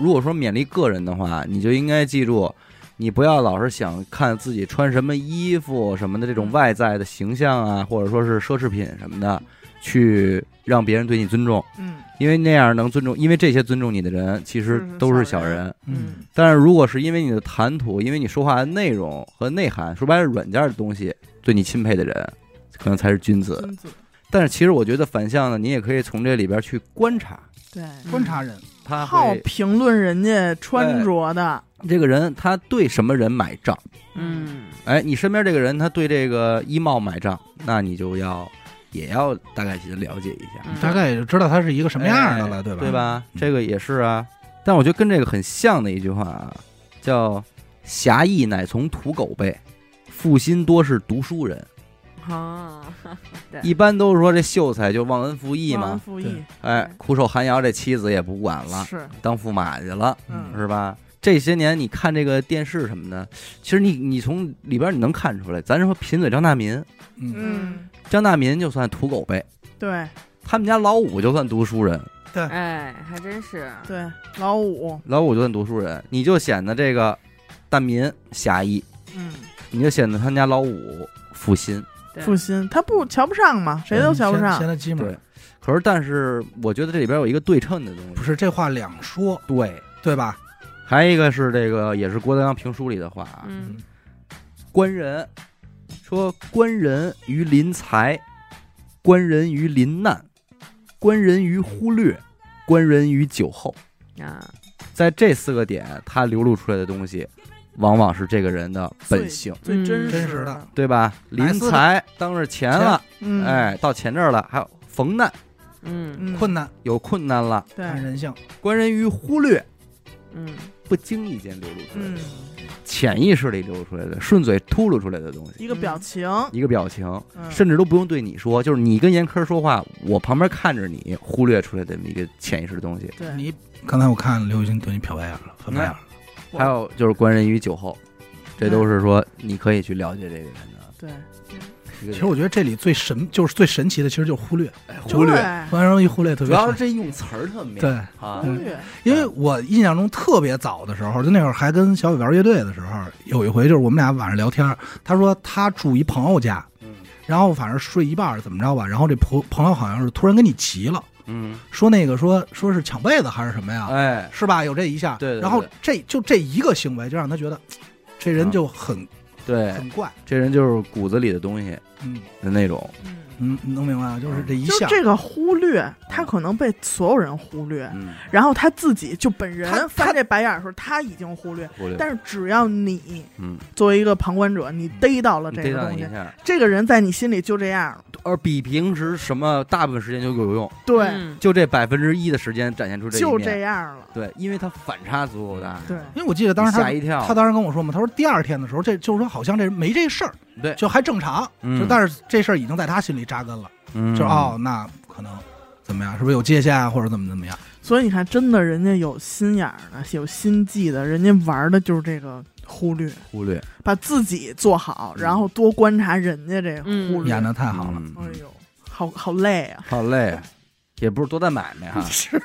A: 如果说勉励个人的话，你就应该记住，你不要老是想看自己穿什么衣服什么的这种外在的形象啊，或者说是奢侈品什么的，去让别人对你尊重，
C: 嗯
A: 因为那样能尊重，因为这些尊重你的人其实
C: 是是
A: 都是
C: 小
A: 小
C: 人
A: 人。
C: 嗯，
A: 但是如果是因为你的谈吐，因为你说话的内容和内涵，说白了软件的东西，对你钦佩的人，可能才是君子。
C: 君子
A: 但是其实我觉得反向呢，你也可以从这里边去观察
C: 对，
A: 嗯
B: 观察人，
A: 他
C: 好
A: 会
C: 评论人家
A: 哎
C: 穿着的，
A: 这个人他对什么人买账。
D: 嗯，
A: 哎，你身边这个人他对这个衣帽买账，那你就要也要大概去了解一下
D: 嗯
B: 大概也就知道他是一个什么样的了，
A: 哎
B: 对
A: 对
B: 吧？？
A: 吧？
B: 嗯
A: 这个也是啊，但我觉得跟这个很像的一句话啊，叫“侠义乃从土狗辈”。负心多是读书人，
D: 好，对
A: 一般都是说这秀才就忘恩负义
C: 忘恩
A: 嘛。
C: 负义
A: 哎
D: 对，
A: 苦守寒窑这妻子也不管了，
C: 是，
A: 当驸马去了。
C: 嗯
A: 是吧？这些年你看这个电视什么的，其实你你从里边你能看出来，咱说贫嘴张大民，
B: 嗯，
C: 嗯，
A: 张大民就算土狗辈，
C: 对
A: 他们家老五就算读书人，
D: 哎，还真是，
C: 对，老五，
A: 老五就算读书人，你就显得这个大民侠义，
C: 嗯，
A: 你就显得他们家老五负心。
D: 对
C: 负心，他不瞧不上嘛，谁
B: 嗯
C: 都瞧不上
B: 现，在基本
A: 对可是，但是我觉得这里边有一个对称的东西，
B: 不是这话两说，
A: 对。
B: 对吧？
A: 还有一个是这个，也是郭德纲评书里的话啊，
D: 嗯，
A: 官人，说官人于临财，官人于临难，官人于忽略，官人于酒后，
D: 啊，
A: 在这四个点，他流露出来的东西，往往是这个人的本性，
C: 最真
D: 嗯
B: 真实
C: 的
B: 的，
A: 对吧？
B: 白
A: 临
B: 色的
A: 财当是钱了，
C: 嗯，
A: 哎，到钱这儿了，还有逢难
D: 嗯
C: 嗯，
B: 困难
A: 有困难了，
B: 看
C: 对，
B: 人性，
A: 官人于忽略，
D: 嗯，
A: 不经意间流露出来的，
C: 嗯，
A: 潜意识里流露出来的，顺嘴秃噜出来的东西，
C: 一个表情，
A: 一个表情，
C: 嗯
A: 甚至都不用对你说，就是你跟严科说话，我旁边看着你，忽略出来的一个潜意识的东西。
C: 对，
B: 你刚才我看刘雨欣对你瞟白眼
A: 嗯
B: 了，翻白眼了，
C: 我
A: 还有就是观人于酒后，这都是说你可以去了解这个人的
C: 对，
A: 一个
B: 其实我觉得这里最神就是最神奇的，其实就是忽略，嗯
A: 忽略，
C: 对
B: 完容易忽略特
A: 主
B: 别
A: 要
B: 神
A: 是
B: 奇。
A: 这用词儿特妙
B: 对，
A: 啊
C: 忽，略，
B: 因为我印象中特别早的时候，就那会儿还跟小伟玩乐队的时候，有一回就是我们俩晚上聊天，他说他住一朋友家，
A: 嗯
B: 然后反正睡一半儿怎么着吧，然后这朋朋友好像是突然跟你急了，
A: 嗯，
B: 说那个说说是抢被子还是什么呀，
A: 哎，
B: 是吧？有这一下，
A: 对对对
B: 然后这就这一个行为就让他觉得，这
A: 啊
B: 人就很、
A: 对，
B: 很怪，
A: 这人就是骨子里的东西
B: 嗯
A: 的那种，
C: 嗯
B: 嗯，能明白吗？就是这一
C: 就
B: 下，嗯
C: 这个忽略，他可能被所有人忽略，
A: 嗯，
C: 然后他自己就本人
B: 他
C: 翻
B: 他
C: 这白眼儿的时候，他已经忽略。
A: 忽略，
C: 但是只要你
A: 嗯，
C: 作为一个旁观者，你逮到了这
A: 这
C: 个
A: 样
C: 东
A: 一
C: 西，
A: 下，
C: 这个人在你心里就这样了。
A: 而比平时什么大部分时间就有用，
C: 对，
D: 嗯
A: 就这百分之一的时间展现出这一面，
C: 就这样了。
A: 对，因为它反差足够大，
C: 对，
B: 因为我记得当时
A: 吓
B: 他
A: 一跳，
B: 他当时跟我说嘛，他说第二天的时候，这就是说好像这没这事儿，
A: 对，
B: 就还正常，
A: 嗯
B: 就但是这事儿已经在他心里扎根了，
A: 嗯
B: 就是哦，，那可能怎么样，是不是有界限啊，或者怎么怎么样？
C: 所以你看，真的人家有心眼儿的，有心计的，人家玩的就是这个忽略，
A: 忽略，
C: 把自己做好，
A: 嗯
C: 然后多观察人家这忽
D: 嗯
C: 略。
B: 演的太好了，
A: 嗯
C: 哎呦，好好累
D: [laughs]
C: 啊！，
A: 好累啊，也不是多大买卖哈
B: [laughs]
C: 是，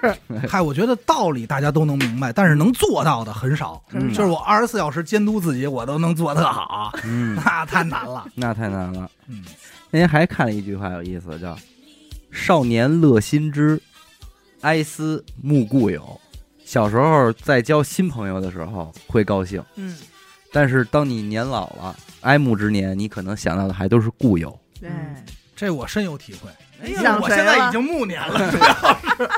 B: 嗨，我觉得道理大家都能明白，但是能做到的很少。
A: 嗯
B: 就是我二十四小时监督自己，我都能做特好，
A: 嗯，
B: 那太难了。
A: 那太难了。
B: 嗯，
A: 那天还看了一句话有意思，叫“少年乐心知，哀思慕故友”。小时候在交新朋友的时候会高兴，
C: 嗯，
A: 但是当你年老了，哀慕之年，你可能想到的还都是故友。
C: 对，
D: 嗯
B: 这我深有体会。哎呀，
C: 想
B: 我
C: 谁
B: 现在
C: 了
B: 已经暮年了，主要是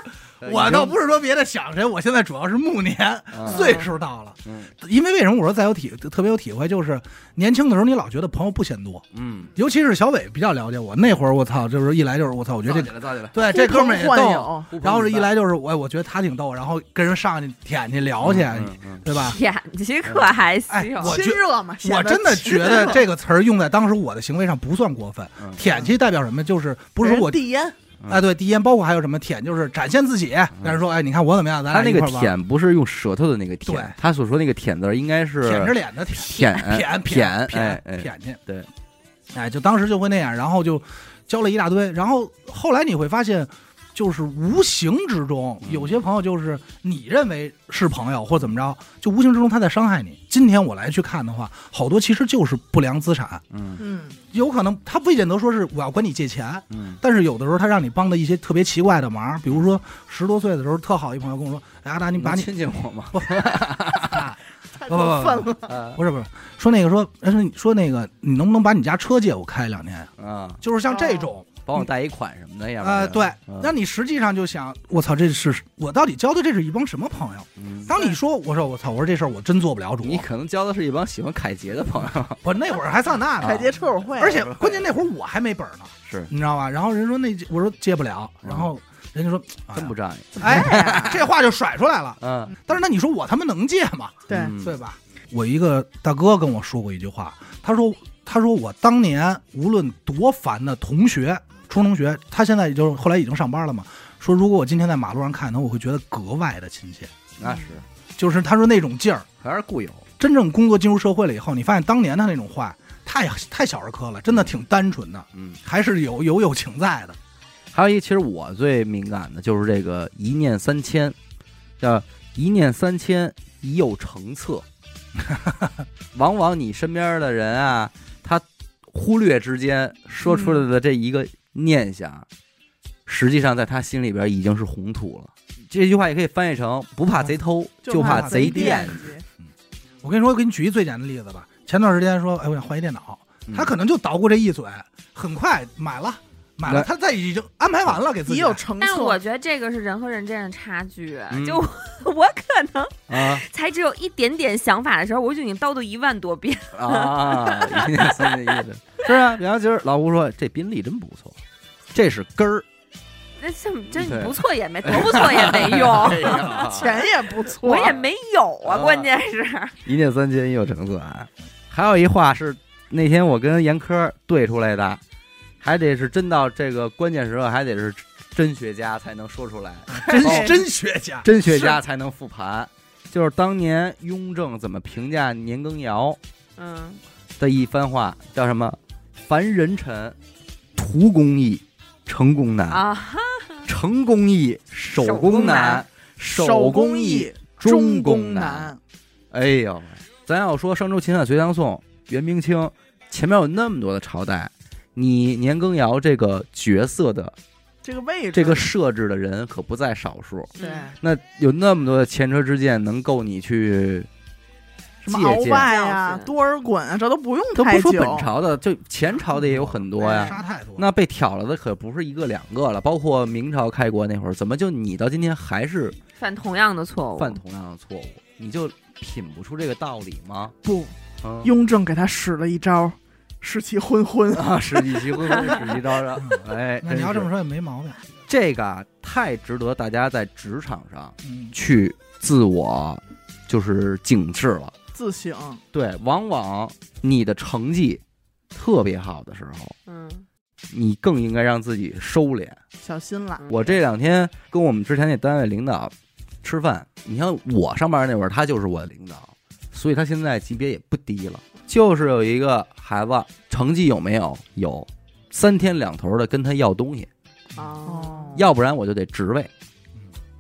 B: 我倒不是说别的想谁，我现在主要是暮年，
A: 嗯
B: 岁数到了。
A: 嗯
B: 因为为什么我说再有体特别有体会，就是年轻的时候你老觉得朋友不嫌多，
A: 嗯，
B: 尤其是小伟比较了解我。那会儿我操，就是一来就是我操，我
A: 我
B: 觉得这
A: 来，造起来。
B: 对哎这哥们儿也
C: 呼朋唤
B: 逗，
C: 友，
B: 然后这一来就是哎我，我觉得他挺逗，然后跟人上去舔去聊去，
A: 嗯嗯
B: 对吧？
D: 舔去可还
B: 哎
D: 行，
B: 我
C: 亲
B: 觉
C: 热嘛，显
B: 我真的觉
C: 亲热
B: 得这个词儿用在当时我的行为上不算过分。
A: 嗯
B: 舔其实代表什么？就是不是说我
C: 人递烟，
A: 嗯
B: 哎对递烟，包括还有什么舔，就是展现自己，但是说哎你看我怎么样，咱
A: 他那
B: 俩一
A: 个
B: 块儿玩，
A: 舔不是用舌头的那个
B: 对
A: 舔，他所说那个舔字儿应该是
B: 舔着脸的舔，
A: [laughs] 舔
B: 舔
A: 舔
B: 舔
A: 哎哎哎
B: 舔去，
A: 对，
B: 哎就当时就会那样，然后就交了一大堆，然后后来你会发现。就是无形之中，
A: 嗯
B: 有些朋友就是你认为是朋友或怎么着，就无形之中他在伤害你。今天我来去看的话，好多其实就是不良资产，
A: 嗯
C: 嗯，
B: 有可能他不见得说是我要管你借钱，
A: 嗯
B: 但是有的时候他让你帮的一些特别奇怪的忙，比如说十多岁的时候，特好一朋友跟我说：“哎，阿达，你把
A: 能
B: 你
A: 亲近我吗？
C: 太
B: 不不
C: 过
B: 不
C: 分了，
A: 啊
B: 不是不是说那个说哎说你说那个你能不能把你家车借我开两天呀？
A: 啊，
B: 就是像这种
A: 帮我贷一款什么的，要不然
B: 呃，对，
A: 嗯
B: 那你实际上就想我操，这是我到底交的这是一帮什么朋友？
A: 嗯
B: 当你说我说我操，我说这事儿我真做不了主，
A: 你可能交的是一帮喜欢凯杰的朋
B: [laughs]
A: 友，
B: 我那会儿还上那呢
A: [laughs]
C: 凯，杰车友会，
B: 啊而且关键那会儿我还没本儿呢，
A: 是嗯
B: 你知道吧？然后人说那我说借不了，然后人家说哎
A: 真
B: 呀
A: 不仗义。
B: 哎，这话就甩出来了。
A: 嗯，
B: 但是那你说我他妈能借吗？
C: 对，
A: 嗯
B: 对吧？我一个大哥跟我说过一句话，他说他说我当年无论多烦的同学，初中同学，他现在也就是后来已经上班了嘛，说如果我今天在马路上看他，我会觉得格外的亲切，
A: 那是
B: 就是他说那种劲儿，
A: 还是固有，
B: 真正工作进入社会了以后，你发现当年他那种坏。太 [laughs] 太小儿科了，真的挺单纯的，
A: 嗯。
B: 还是有有友情在的。
A: 还有一，其实我最敏感的就是这个一念三千，叫一念三千，已有成策。 [laughs] 往往你身边的人啊，他忽略之间说出来的这一个念想，实际上在他心里边已经是红土了。这句话也可以翻译成“不怕贼偷，就怕贼
C: 贼
A: 惦
C: 记。
B: 我跟你说，我给你举一最简单的例子吧。前段时间说，哎，我想换一电脑，
A: 嗯
B: 他可能就捣鼓这一嘴，很快买了，买了，
A: 对
B: 他在已经安排完了给自
C: 也
B: 己。
C: 有成
D: 但我
C: 错，
D: 觉得这个是人和人之间的差距，
A: 嗯
D: 就 [laughs] 我我可能
A: 啊
D: 才只有一点点想法的时候，我就已经叨叨一万多遍。
A: 啊！一念三千，一念三千是啊。比方今儿老吴说这宾利真不错，这是根儿，
D: [laughs] 那这真
A: 对
D: 不错也没多不错也没
A: 哎
D: 用，
C: 钱也不错，
D: 我也没有啊，
A: 啊
D: 关键是
A: 一念三千，一有成色啊。还有一话是那天我跟严科对出来的，还得是真到这个关键时刻，还得是真学家才能说出来，
B: [laughs] 真真学
A: [laughs]
B: 家，
A: 真 [laughs] 学家才能复盘。就是当年雍正怎么评价年羹尧
D: 嗯，
A: 的一番话，叫什么？凡人臣，图公易，成功难；
D: 啊哈，
A: 成功易，守
D: 功
A: 功
D: 难
A: 难；
C: 手
A: 守
C: 工
A: 公
C: 艺
A: 易，
C: 中
A: 功
C: 工
A: 难。，哎呦，咱要说商周、秦汉、隋唐宋、元明清，前面有那么多的朝代，你年羹尧这个角色的
C: 这个位置，
A: 这个设置的人可不在少数。
C: 对
A: 那有那么多的前车之鉴，能够你去
C: 什么
A: 借
C: 鳌
A: 鉴。
C: 拜呀
D: 借、鉴
C: 多尔衮啊，这都不用
A: 都不
C: 太
A: 说
C: 久。嗯
A: 本朝的，就前朝的也有很多呀。
B: 杀太多了。
A: 那被挑了的可不是一个两个了，包括明朝开国那会儿，怎么就你到今天还是
D: 犯同样的错误，
A: 犯同样的错误？你就品不出这个道理吗？
C: 不，
A: 嗯，
C: 雍正给他使了一招，使其昏昏。
A: 啊， [laughs] 史记奇婚，史记昭昭，哎，
B: 嗯那你
A: 真
B: 要
A: 是
B: 这么说也没毛病。
A: 这个啊太值得大家在职场上
B: 嗯，
A: 去自我就是警示了。
C: 自省，
A: 对，往往你的成绩特别好的时候，
D: 嗯，
A: 你更应该让自己收敛。
C: 小心了。
D: 嗯
A: 我这两天跟我们之前那单位领导吃饭，你像我上班那会儿，他就是我的领导，所以他现在级别也不低了。就是有一个孩子成绩有没有？有，三天两头的跟他要东西，
D: 哦，
A: 要不然我就得职位，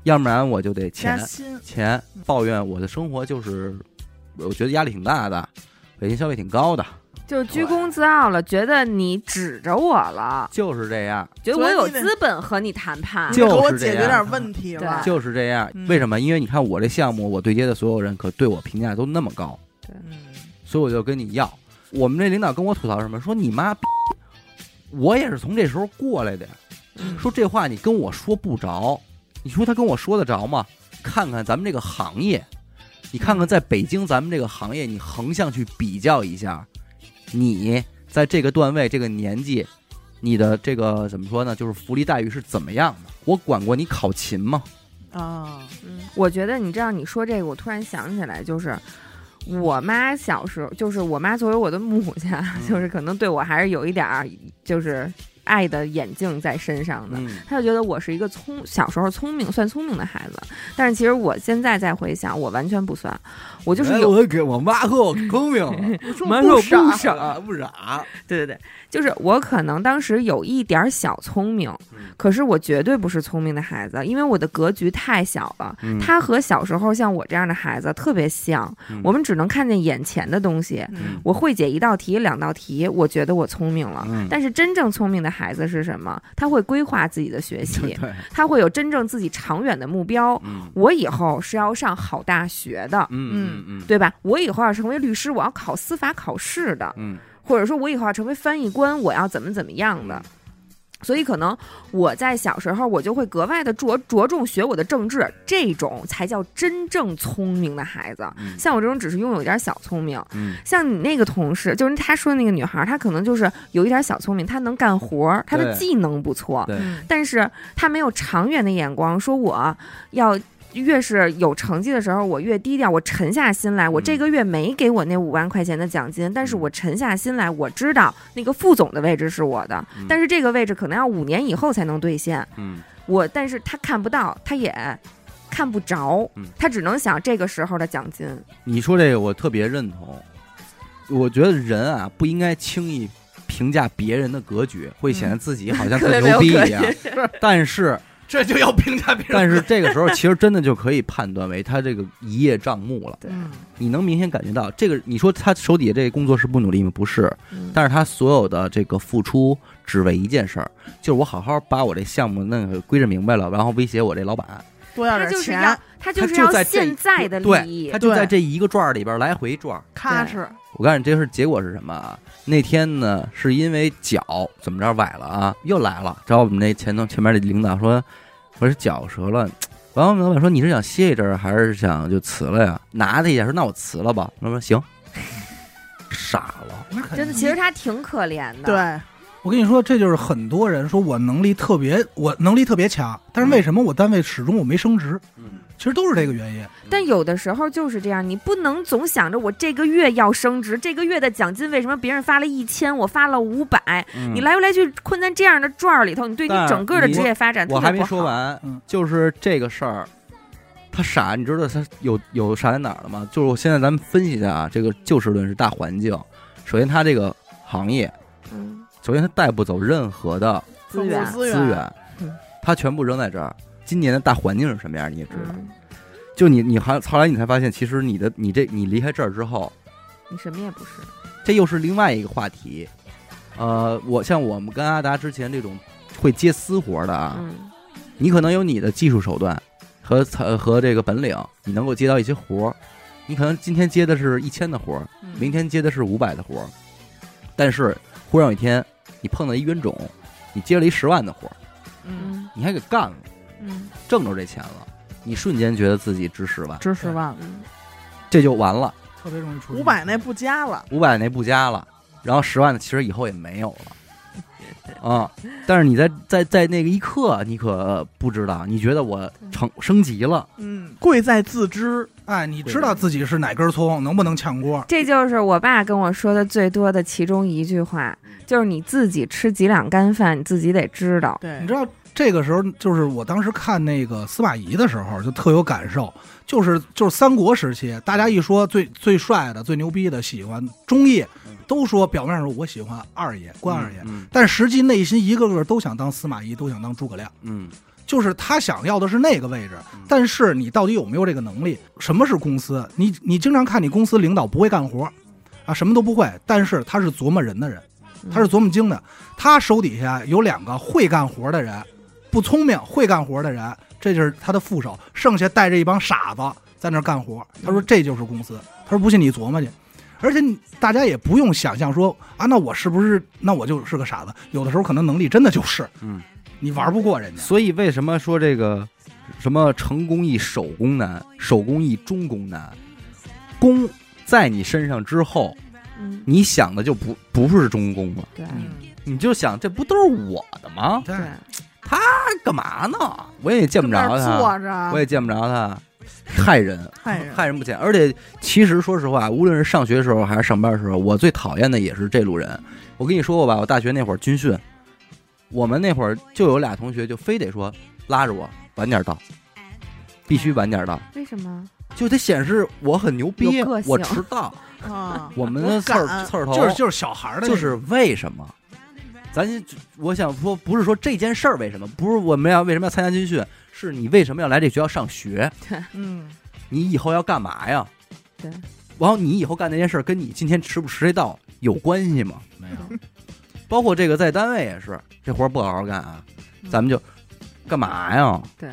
A: 要不然我就得
C: 加
A: 钱
C: 薪，
A: 钱。抱怨我的生活就是，我觉得压力挺大的，北京消费挺高的，
D: 就是居功自傲了，觉得你指着我了，
A: 就是这样，
D: 觉得我有资本和你谈判
C: 你。给我
A: 就是这
C: 解
A: 样
C: 决点问题了。
D: 对
A: 就是这样
C: 嗯。
A: 为什么？因为你看我这项目，我对接的所有人可对我评价都那么高。
C: 嗯，
A: 所以我就跟你要。我们这领导跟我吐槽什么？说你妈逼，我也是从这时候过来的呀。说这话你跟我说不着，你说他跟我说得着吗？看看咱们这个行业，你看看在北京咱们这个行业，你横向去比较一下，你在这个段位、这个年纪，你的这个怎么说呢？就是福利待遇是怎么样的？我管过你考勤吗？
C: 啊，
D: 嗯我觉得你知道你说这个，我突然想起来，就是我妈小时候，就是我妈作为我的母亲啊，
A: 嗯
D: [laughs] 就是可能对我还是有一点儿就是爱的眼镜在身上的。
A: 嗯
D: 她就觉得我是一个聪，小时候聪明算聪明的孩子，但是其实我现在再回想，我完全不算，我就是有
A: 我给我妈和我聪明
D: [laughs]
A: 了，
D: 妈说我不傻
A: 不傻，
D: 对对对，就是我可能当时有一点儿小聪明
A: 嗯，
D: 可是我绝对不是聪明的孩子，因为我的格局太小了。
A: 嗯
D: 他和小时候像我这样的孩子特别像，
A: 嗯
D: 我们只能看见眼前的东西。
C: 嗯
D: 我会解一道题、两道题，我觉得我聪明了。
A: 嗯
D: 但是真正聪明的孩子是什么？他会规划自己的学习，
A: [laughs] 对，
D: 他会有真正自己长远的目标。
A: 嗯
D: 我以后是要上好大学的，
A: 嗯嗯嗯
D: 对吧？我以后要成为律师，我要考司法考试的。
A: 嗯，
D: 或者说我以后要成为翻译官，我要怎么怎么样的。所以可能我在小时候，我就会格外的着着重学我的政治，这种才叫真正聪明的孩子。
A: 嗯
D: 像我这种只是拥有一点小聪明，
A: 嗯
D: 像你那个同事，就是他说的那个女孩，她可能就是有一点小聪明，她能干活儿，她的
A: 对
D: 技能不错，
A: 对
C: 嗯
D: 但是她没有长远的眼光，说我要。越是有成绩的时候，我越低调，我沉下心来。
A: 嗯
D: 我这个月没给我那五万块钱的奖金，但是我沉下心来，我知道那个副总的位置是我的，
A: 嗯
D: 但是这个位置可能要五年以后才能兑现。
A: 嗯
D: 我，但是他看不到，他也看不着
A: 嗯，
D: 他只能想这个时候的奖金。
A: 你说这个我特别认同，我觉得人啊不应该轻易评价别人的格局，会显得自己好
D: [laughs]
A: 像
D: 嗯特
A: 特
D: 别
A: 牛
D: 没
A: 逼
D: 有
A: 一样。
D: [laughs]
A: 但是
B: [laughs] 这就要评价别
A: 但是这个时候其实真的就可以判断为他这个一叶障目了。
D: 对，
C: 嗯
A: 你能明显感觉到这个，你说他手底下这个工作是不努力吗？不是，
D: 嗯
A: 但是他所有的这个付出只为一件事儿，就是我好好把我这项目那个归置明白了，然后威胁我这老板，
C: 多要
D: 他
C: 点
D: 就是
C: 钱
D: 要，
A: 他
D: 他就是要
A: 在这
D: 现在的利
A: 对
D: 益
A: 他。就在
C: 对
A: 这一个转儿里边儿来回转儿。
C: 踏实。
A: 我告诉你，这是结果是什么啊？那天呢，是因为脚怎么着崴了啊，又来了，找我们那前头前面的领导说，我说脚折了。然后老板说你是想歇一阵儿，还是想就辞了呀？拿他一下说那我辞了吧。他说行， [laughs] 傻了，
B: 那肯定
D: 真的，其实他挺可怜的。
C: 对，
B: 我跟你说，这就是很多人说我能力特别，我能力特别强，但是为什么我单位始终我没升职？
A: 嗯，
B: 其实都是这个原因。
D: 但有的时候就是这样，你不能总想着我这个月要升职，这个月的奖金为什么别人发了一千，我发了五百、你来回来去困在这样的转儿里头，你对
A: 嗯
D: 你
A: 但是
D: 整个的
A: 你
D: 职业发展
A: 我
D: 特
A: 还
D: 别
A: 没
D: 不
A: 说
D: 好。
A: 完
B: 嗯，
A: 就是这个事儿，他傻，你知道他有有傻在哪儿了吗？就是我现在咱们分析一下啊，这个就事论事，大环境。首先，他这个行业，
D: 嗯，
A: 首先他带不走任何的
D: 资源
C: 丰富
A: 资
C: 资
A: 源
D: 嗯，
A: 他全部扔在这儿。今年的大环境是什么样，你也知道。
D: 嗯，
A: 就你，你还后来你才发现，其实你的你这你离开这儿之后，
D: 你什么也不是。
A: 这又是另外一个话题。呃，我像我们跟阿达之前这种会接私活的啊，
D: 嗯
A: 你可能有你的技术手段和才和这个本领，你能够接到一些活儿。你可能今天接的是一千的活儿，
D: 嗯
A: 明天接的是五百的活儿，但是忽然有一天你碰到一冤种，你接了一十万的活儿，
C: 嗯
D: 嗯
A: 你还给干了，
D: 嗯
A: 挣着这钱了，你瞬间觉得自己值十万，
C: 值十万了，
D: 嗯，
A: 这就完了，
B: 特别容易出
C: 五百那不加了，
A: 五百那不加了，然后十万的其实以后也没有了。啊！但是你在在在那个一刻，你可不知道，你觉得我成升级了，
C: 嗯，贵在自知，
B: 哎，你知道自己是哪根葱，能不能炝锅？
D: 这就是我爸跟我说的最多的其中一句话，就是你自己吃几两干饭，你自己得知道。
C: 对，
B: 你知道这个时候，就是我当时看那个司马懿的时候，就特有感受，就是就是三国时期，大家一说最最帅的、最牛逼的，喜欢忠义
A: 嗯，
B: 都说表面上说我喜欢二爷关二爷，
A: 嗯
B: 但实际内心一个个都想当司马懿，都想当诸葛亮。
A: 嗯，
B: 就是他想要的是那个位置
A: 嗯，
B: 但是你到底有没有这个能力？什么是公司？你你经常看你公司领导不会干活，啊，什么都不会，但是他是琢磨人的人，
A: 嗯
B: 他是琢磨精的。他手底下有两个会干活的人，不聪明会干活的人，这就是他的副手，剩下带着一帮傻子在那儿干活。他
A: 嗯
B: 说这就是公司，他说不信你琢磨去。而且你大家也不用想象说啊，那我是不是那我就是个傻子？有的时候可能能力真的就是，
A: 嗯，
B: 你玩不过人家。
A: 所以为什么说这个什么成功易守功难，守功易中功难？功在你身上之后，
D: 嗯，
A: 你想的就不不是中功了，
D: 对
C: 嗯
A: 你就想这不都是我的吗？
B: 对
D: 对，
A: 他干嘛呢？我也见不
C: 跟那
A: 着
C: 儿
A: 他，
C: 坐着，
A: 我也见不着他，害人，
C: 害人
A: 害人不浅。而且其实说实话，无论是上学的时候还是上班的时候，我最讨厌的也是这路人。我跟你说过吧，我大学那会儿军训，我们那会儿就有俩同学就非得说拉着我晚点到，必须晚点到，
D: 为什么？
A: 就得显示我很牛逼
D: 有个，性
A: 我迟
D: [laughs]
A: 到。
C: 啊，
A: 我们
C: 我
A: 的刺儿
C: 敢
A: 刺儿头
B: 就是就是小孩儿的那
A: 就
B: 种，
A: 是为什么？咱就我想说，不是说这件事儿为什么，不是我们要为什么要参加军训，是你为什么要来这学校上学？
C: 嗯，
A: 你以后要干嘛呀？
D: 对。
A: 然后你以后干那件事儿跟你今天吃不吃这道有关系吗？
B: 没有
A: 包括这个在单位也是，这活儿不好好干啊，咱们就干嘛呀？
D: 对，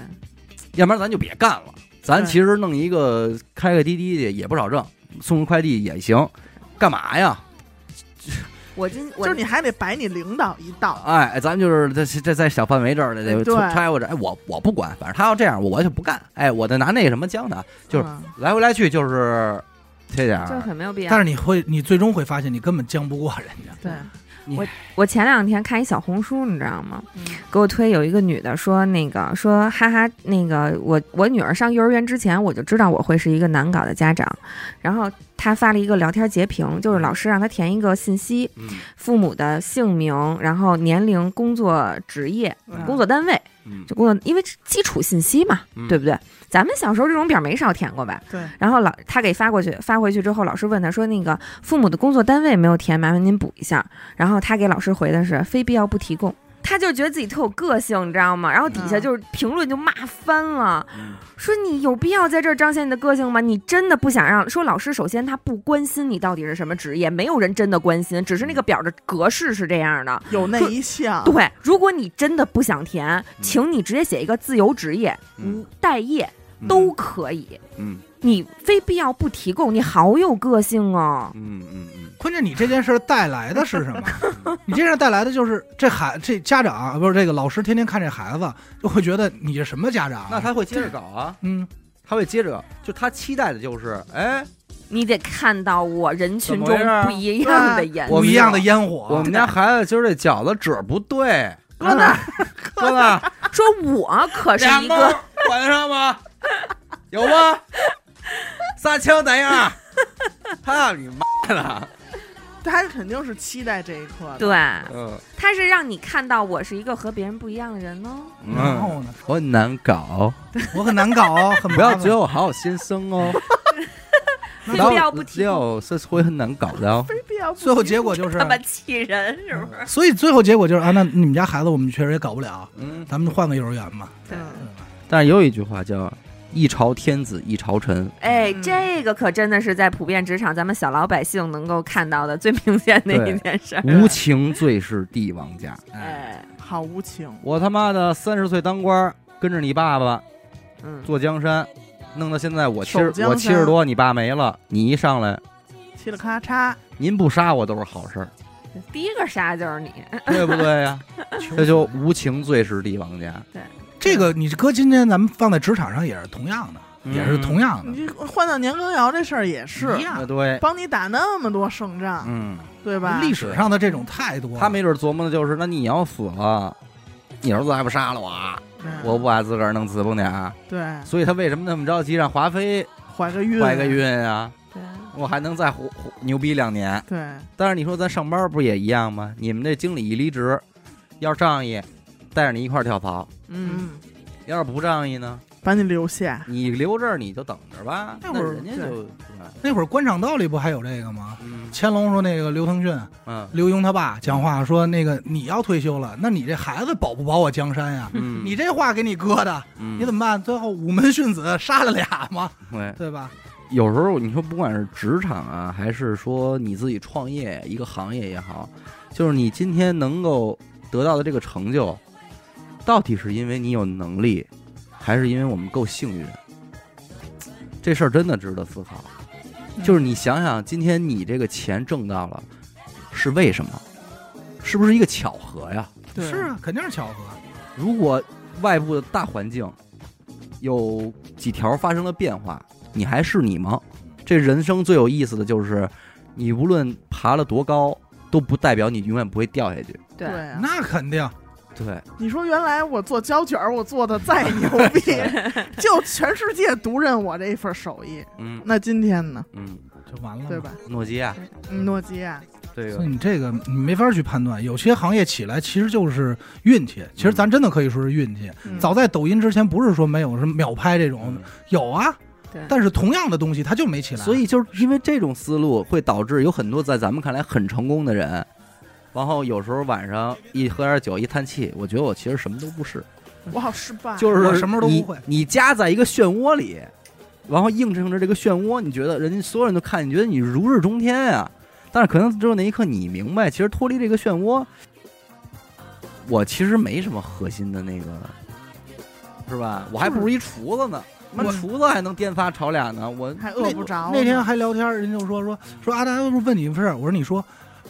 A: 要不然咱就别干了。咱
C: 对
A: 其实弄一个开个滴滴去也不少挣，送个快递也行，干嘛呀？
D: 我今我
C: 就是你还得摆你领导一道，
A: 哎，咱们就是在在在小范围这儿的，
C: 哎
A: 得
C: 对
A: 拆过这。哎，我我不管，反正他要这样，我就不干。哎，我再拿那个什么将他，就是
C: 嗯
A: 来回来去就是这点
D: 就
A: 儿。
D: 很没有必
B: 但
D: 要。
B: 是你会，你最终会发现你根本将不过人家。
C: 对，
D: 我前两天看一小红书，你知道吗？
C: 嗯
D: 给我推有一个女的说那个说哈哈那个我我女儿上幼儿园之前我就知道我会是一个难搞的家长，然后她发了一个聊天截屏，就是老师让她填一个信息，
A: 嗯
D: 父母的姓名，然后年龄、工作职业、
C: 嗯
D: 工作单位，
A: 嗯
D: 就工作，因为这基础信息嘛，
A: 嗯
D: 对不对？咱们小时候这种表没少填过吧？
C: 对，
D: 然后老他给发过去，发回去之后，老师问他说：“那个父母的工作单位没有填，麻烦您补一下。”然后他给老师回的是：“非必要不提供。”他就觉得自己特有个性，你知道吗？然后底下
C: 嗯
D: 就是评论就骂翻了，
A: 嗯
D: 说你有必要在这儿彰显你的个性吗？你真的不想让说老师首先他不关心你到底是什么职业，没有人真的关心，只是那个表的格式是这样的。
C: 嗯有那一项，
D: 对，如果你真的不想填，请你直接写一个自由职业、
A: 嗯
D: 无待业都可以。
A: 嗯
D: 你非必要不提供，你好有个性哦。
A: 嗯嗯嗯
B: 关键你这件事儿带来的是什么？你这件事儿带来的就是这孩这家长啊不是这个老师天天看这孩子，就会觉得你是什么家长啊？
A: 那他会接着搞啊，
B: 嗯，
A: 他会接着搞，就他期待的就是，哎，
D: 你得看到我人群
A: 怎么
D: 中
A: 回事啊
D: 不一样的眼
A: 我
B: 不
A: 们
B: 一
A: 家
B: 样的烟
A: 我
B: 火
A: 们。家孩子今儿这饺子褶儿不对，嗯
C: 搁那儿
A: 哥子，
D: 说我可是
A: 俩
D: 一
A: 猫
D: 个，
A: 管得上吗？有吗？仨枪咋样？他你妈的！
C: 他肯定是期待这一刻的，
D: 对，
A: 嗯
D: 他是让你看到我是一个和别人不一样的人哦。
B: 然后呢，
A: 我很难搞，
B: 我很难搞哦，很
A: 嗯不要
B: 麻
A: 觉
B: 烦
A: 得我好好先生
D: [laughs]
A: 哦。
D: 非必要不提供，
A: 六是会很难搞的哦。
C: 非必要不提
B: 最后结果就是嗯
D: 他，妈气人是不是？
B: 所以最后结果就是啊，那你们家孩子我们确实也搞不了，
A: 嗯，
B: 咱们换个幼儿园吧。
C: 嗯
A: 但是有一句话叫“一朝天子一朝臣
D: 哎，
C: 嗯
D: 这个可真的是在普遍职场咱们小老百姓能够看到的最明显的
A: 对嗯
D: 一件事”，儿。
A: 无情最是帝王家。
B: 哎，
D: 哎，
C: 好无情，
A: 我他妈的三十岁当官儿，跟着你爸爸
D: 嗯，
A: 做江山，弄到现在我七
C: 守江
A: 十
C: 山
A: 我七十多，你爸没了，你一上来
C: 嘁了咔嚓，
A: 您不杀我都是好事
C: [laughs]
A: 儿，
D: 第一个杀就是你，
A: 对不对呀？
B: 求
A: 这
B: 死
A: 就无情最是帝王家，
B: 这个，你搁今天咱们放在职场上也是同样的，
A: 嗯
B: 嗯也是同样的，
C: 你换到年羹尧这事儿也是
B: 一，样
D: 嗯
A: 啊，对，
C: 帮你打那么多胜仗，
A: 嗯，
C: 对吧？
B: 历史上的这种啊太多了。
A: 他没准琢磨的就是，那你要死了，你儿子还不杀了我啊，
C: 嗯
A: 我不把自个儿弄死不呢？啊
C: 对
A: 所以他为什么那么着急让华妃
C: 怀个孕，
A: 怀个，孕啊？
D: 对，
A: 我还能再活活牛逼两年。
C: 对，
A: 但是你说咱上班不也一样吗？你们这经理一离职，要是仗义，带着你一块儿跳槽；
D: 嗯，
C: 嗯，
A: 要是不仗义呢，
C: 把你留下，
A: 你留这儿你就等着吧。
B: 那
A: 那
B: 会儿
A: 人家就，
B: 那会儿官场道里不还有这个吗？
A: 嗯
B: 乾隆说那个刘腾讯、
A: 嗯
B: 刘墉他爸讲话说那个你要退休了，那你这孩子保不保我江山呀？
A: 嗯，
B: [laughs] 你这话给你搁的，你怎
A: 么
B: 么办？最后午门殉子，杀了俩嘛，
A: 对？
B: 对吧？
A: 有时候你说不管是职场啊，还是说你自己创业一个行业也好，就是你今天能够得到的这个成就，到底是因为你有能力，还是因为我们够幸运？这事儿真的值得思考。就是你想想，今天你这个钱挣到了，是为什么？是不是一个巧合呀？
C: 对
B: 是啊，肯定是巧合。
A: 如果外部的大环境有几条发生了变化，你还是你吗？这人生最有意思的就是，你无论爬了多高，都不代表你永远不会掉下去。
D: 对，
C: 啊
B: 那肯定，
A: 对，
C: 你说原来我做胶卷儿，我做的再牛逼，就全世界独认我这一份手艺。
A: 嗯
C: 那今天呢？
A: 嗯，
B: 就完了嘛，
C: 对吧？
A: 诺基亚
C: 嗯诺基亚，
A: 这
B: 所
A: 个
B: 以你这个你没法去判断，有些行业起来其实就是运气。其实咱真的可以说是运气。
C: 嗯
B: 早在抖音之前，不是说没有什么秒拍这
A: 嗯
B: 种，有啊
D: 对，
B: 但是同样的东西它就没起来。
A: 所以就是因为这种思路，会导致有很多在咱们看来很成功的人，然后有时候晚上一喝点酒一叹气，我觉得我其实什么都不是，
C: 我好失败，
A: 就是
B: 哎我什么都不
A: 你
B: 会
A: 你夹在一个漩涡里，然后映衬着这个漩涡，你觉得人家所有人都看，你觉得你如日中天啊。但是可能只有那一刻你明白，其实脱离这个漩涡，我其实没什么核心的那个，是吧？我还不如一厨子呢。那
B: 我
A: 厨子还能颠仨炒俩呢，我
C: 还饿不着呢。
B: 那天还聊天，人就说说说阿达不是问你一事儿，我说你说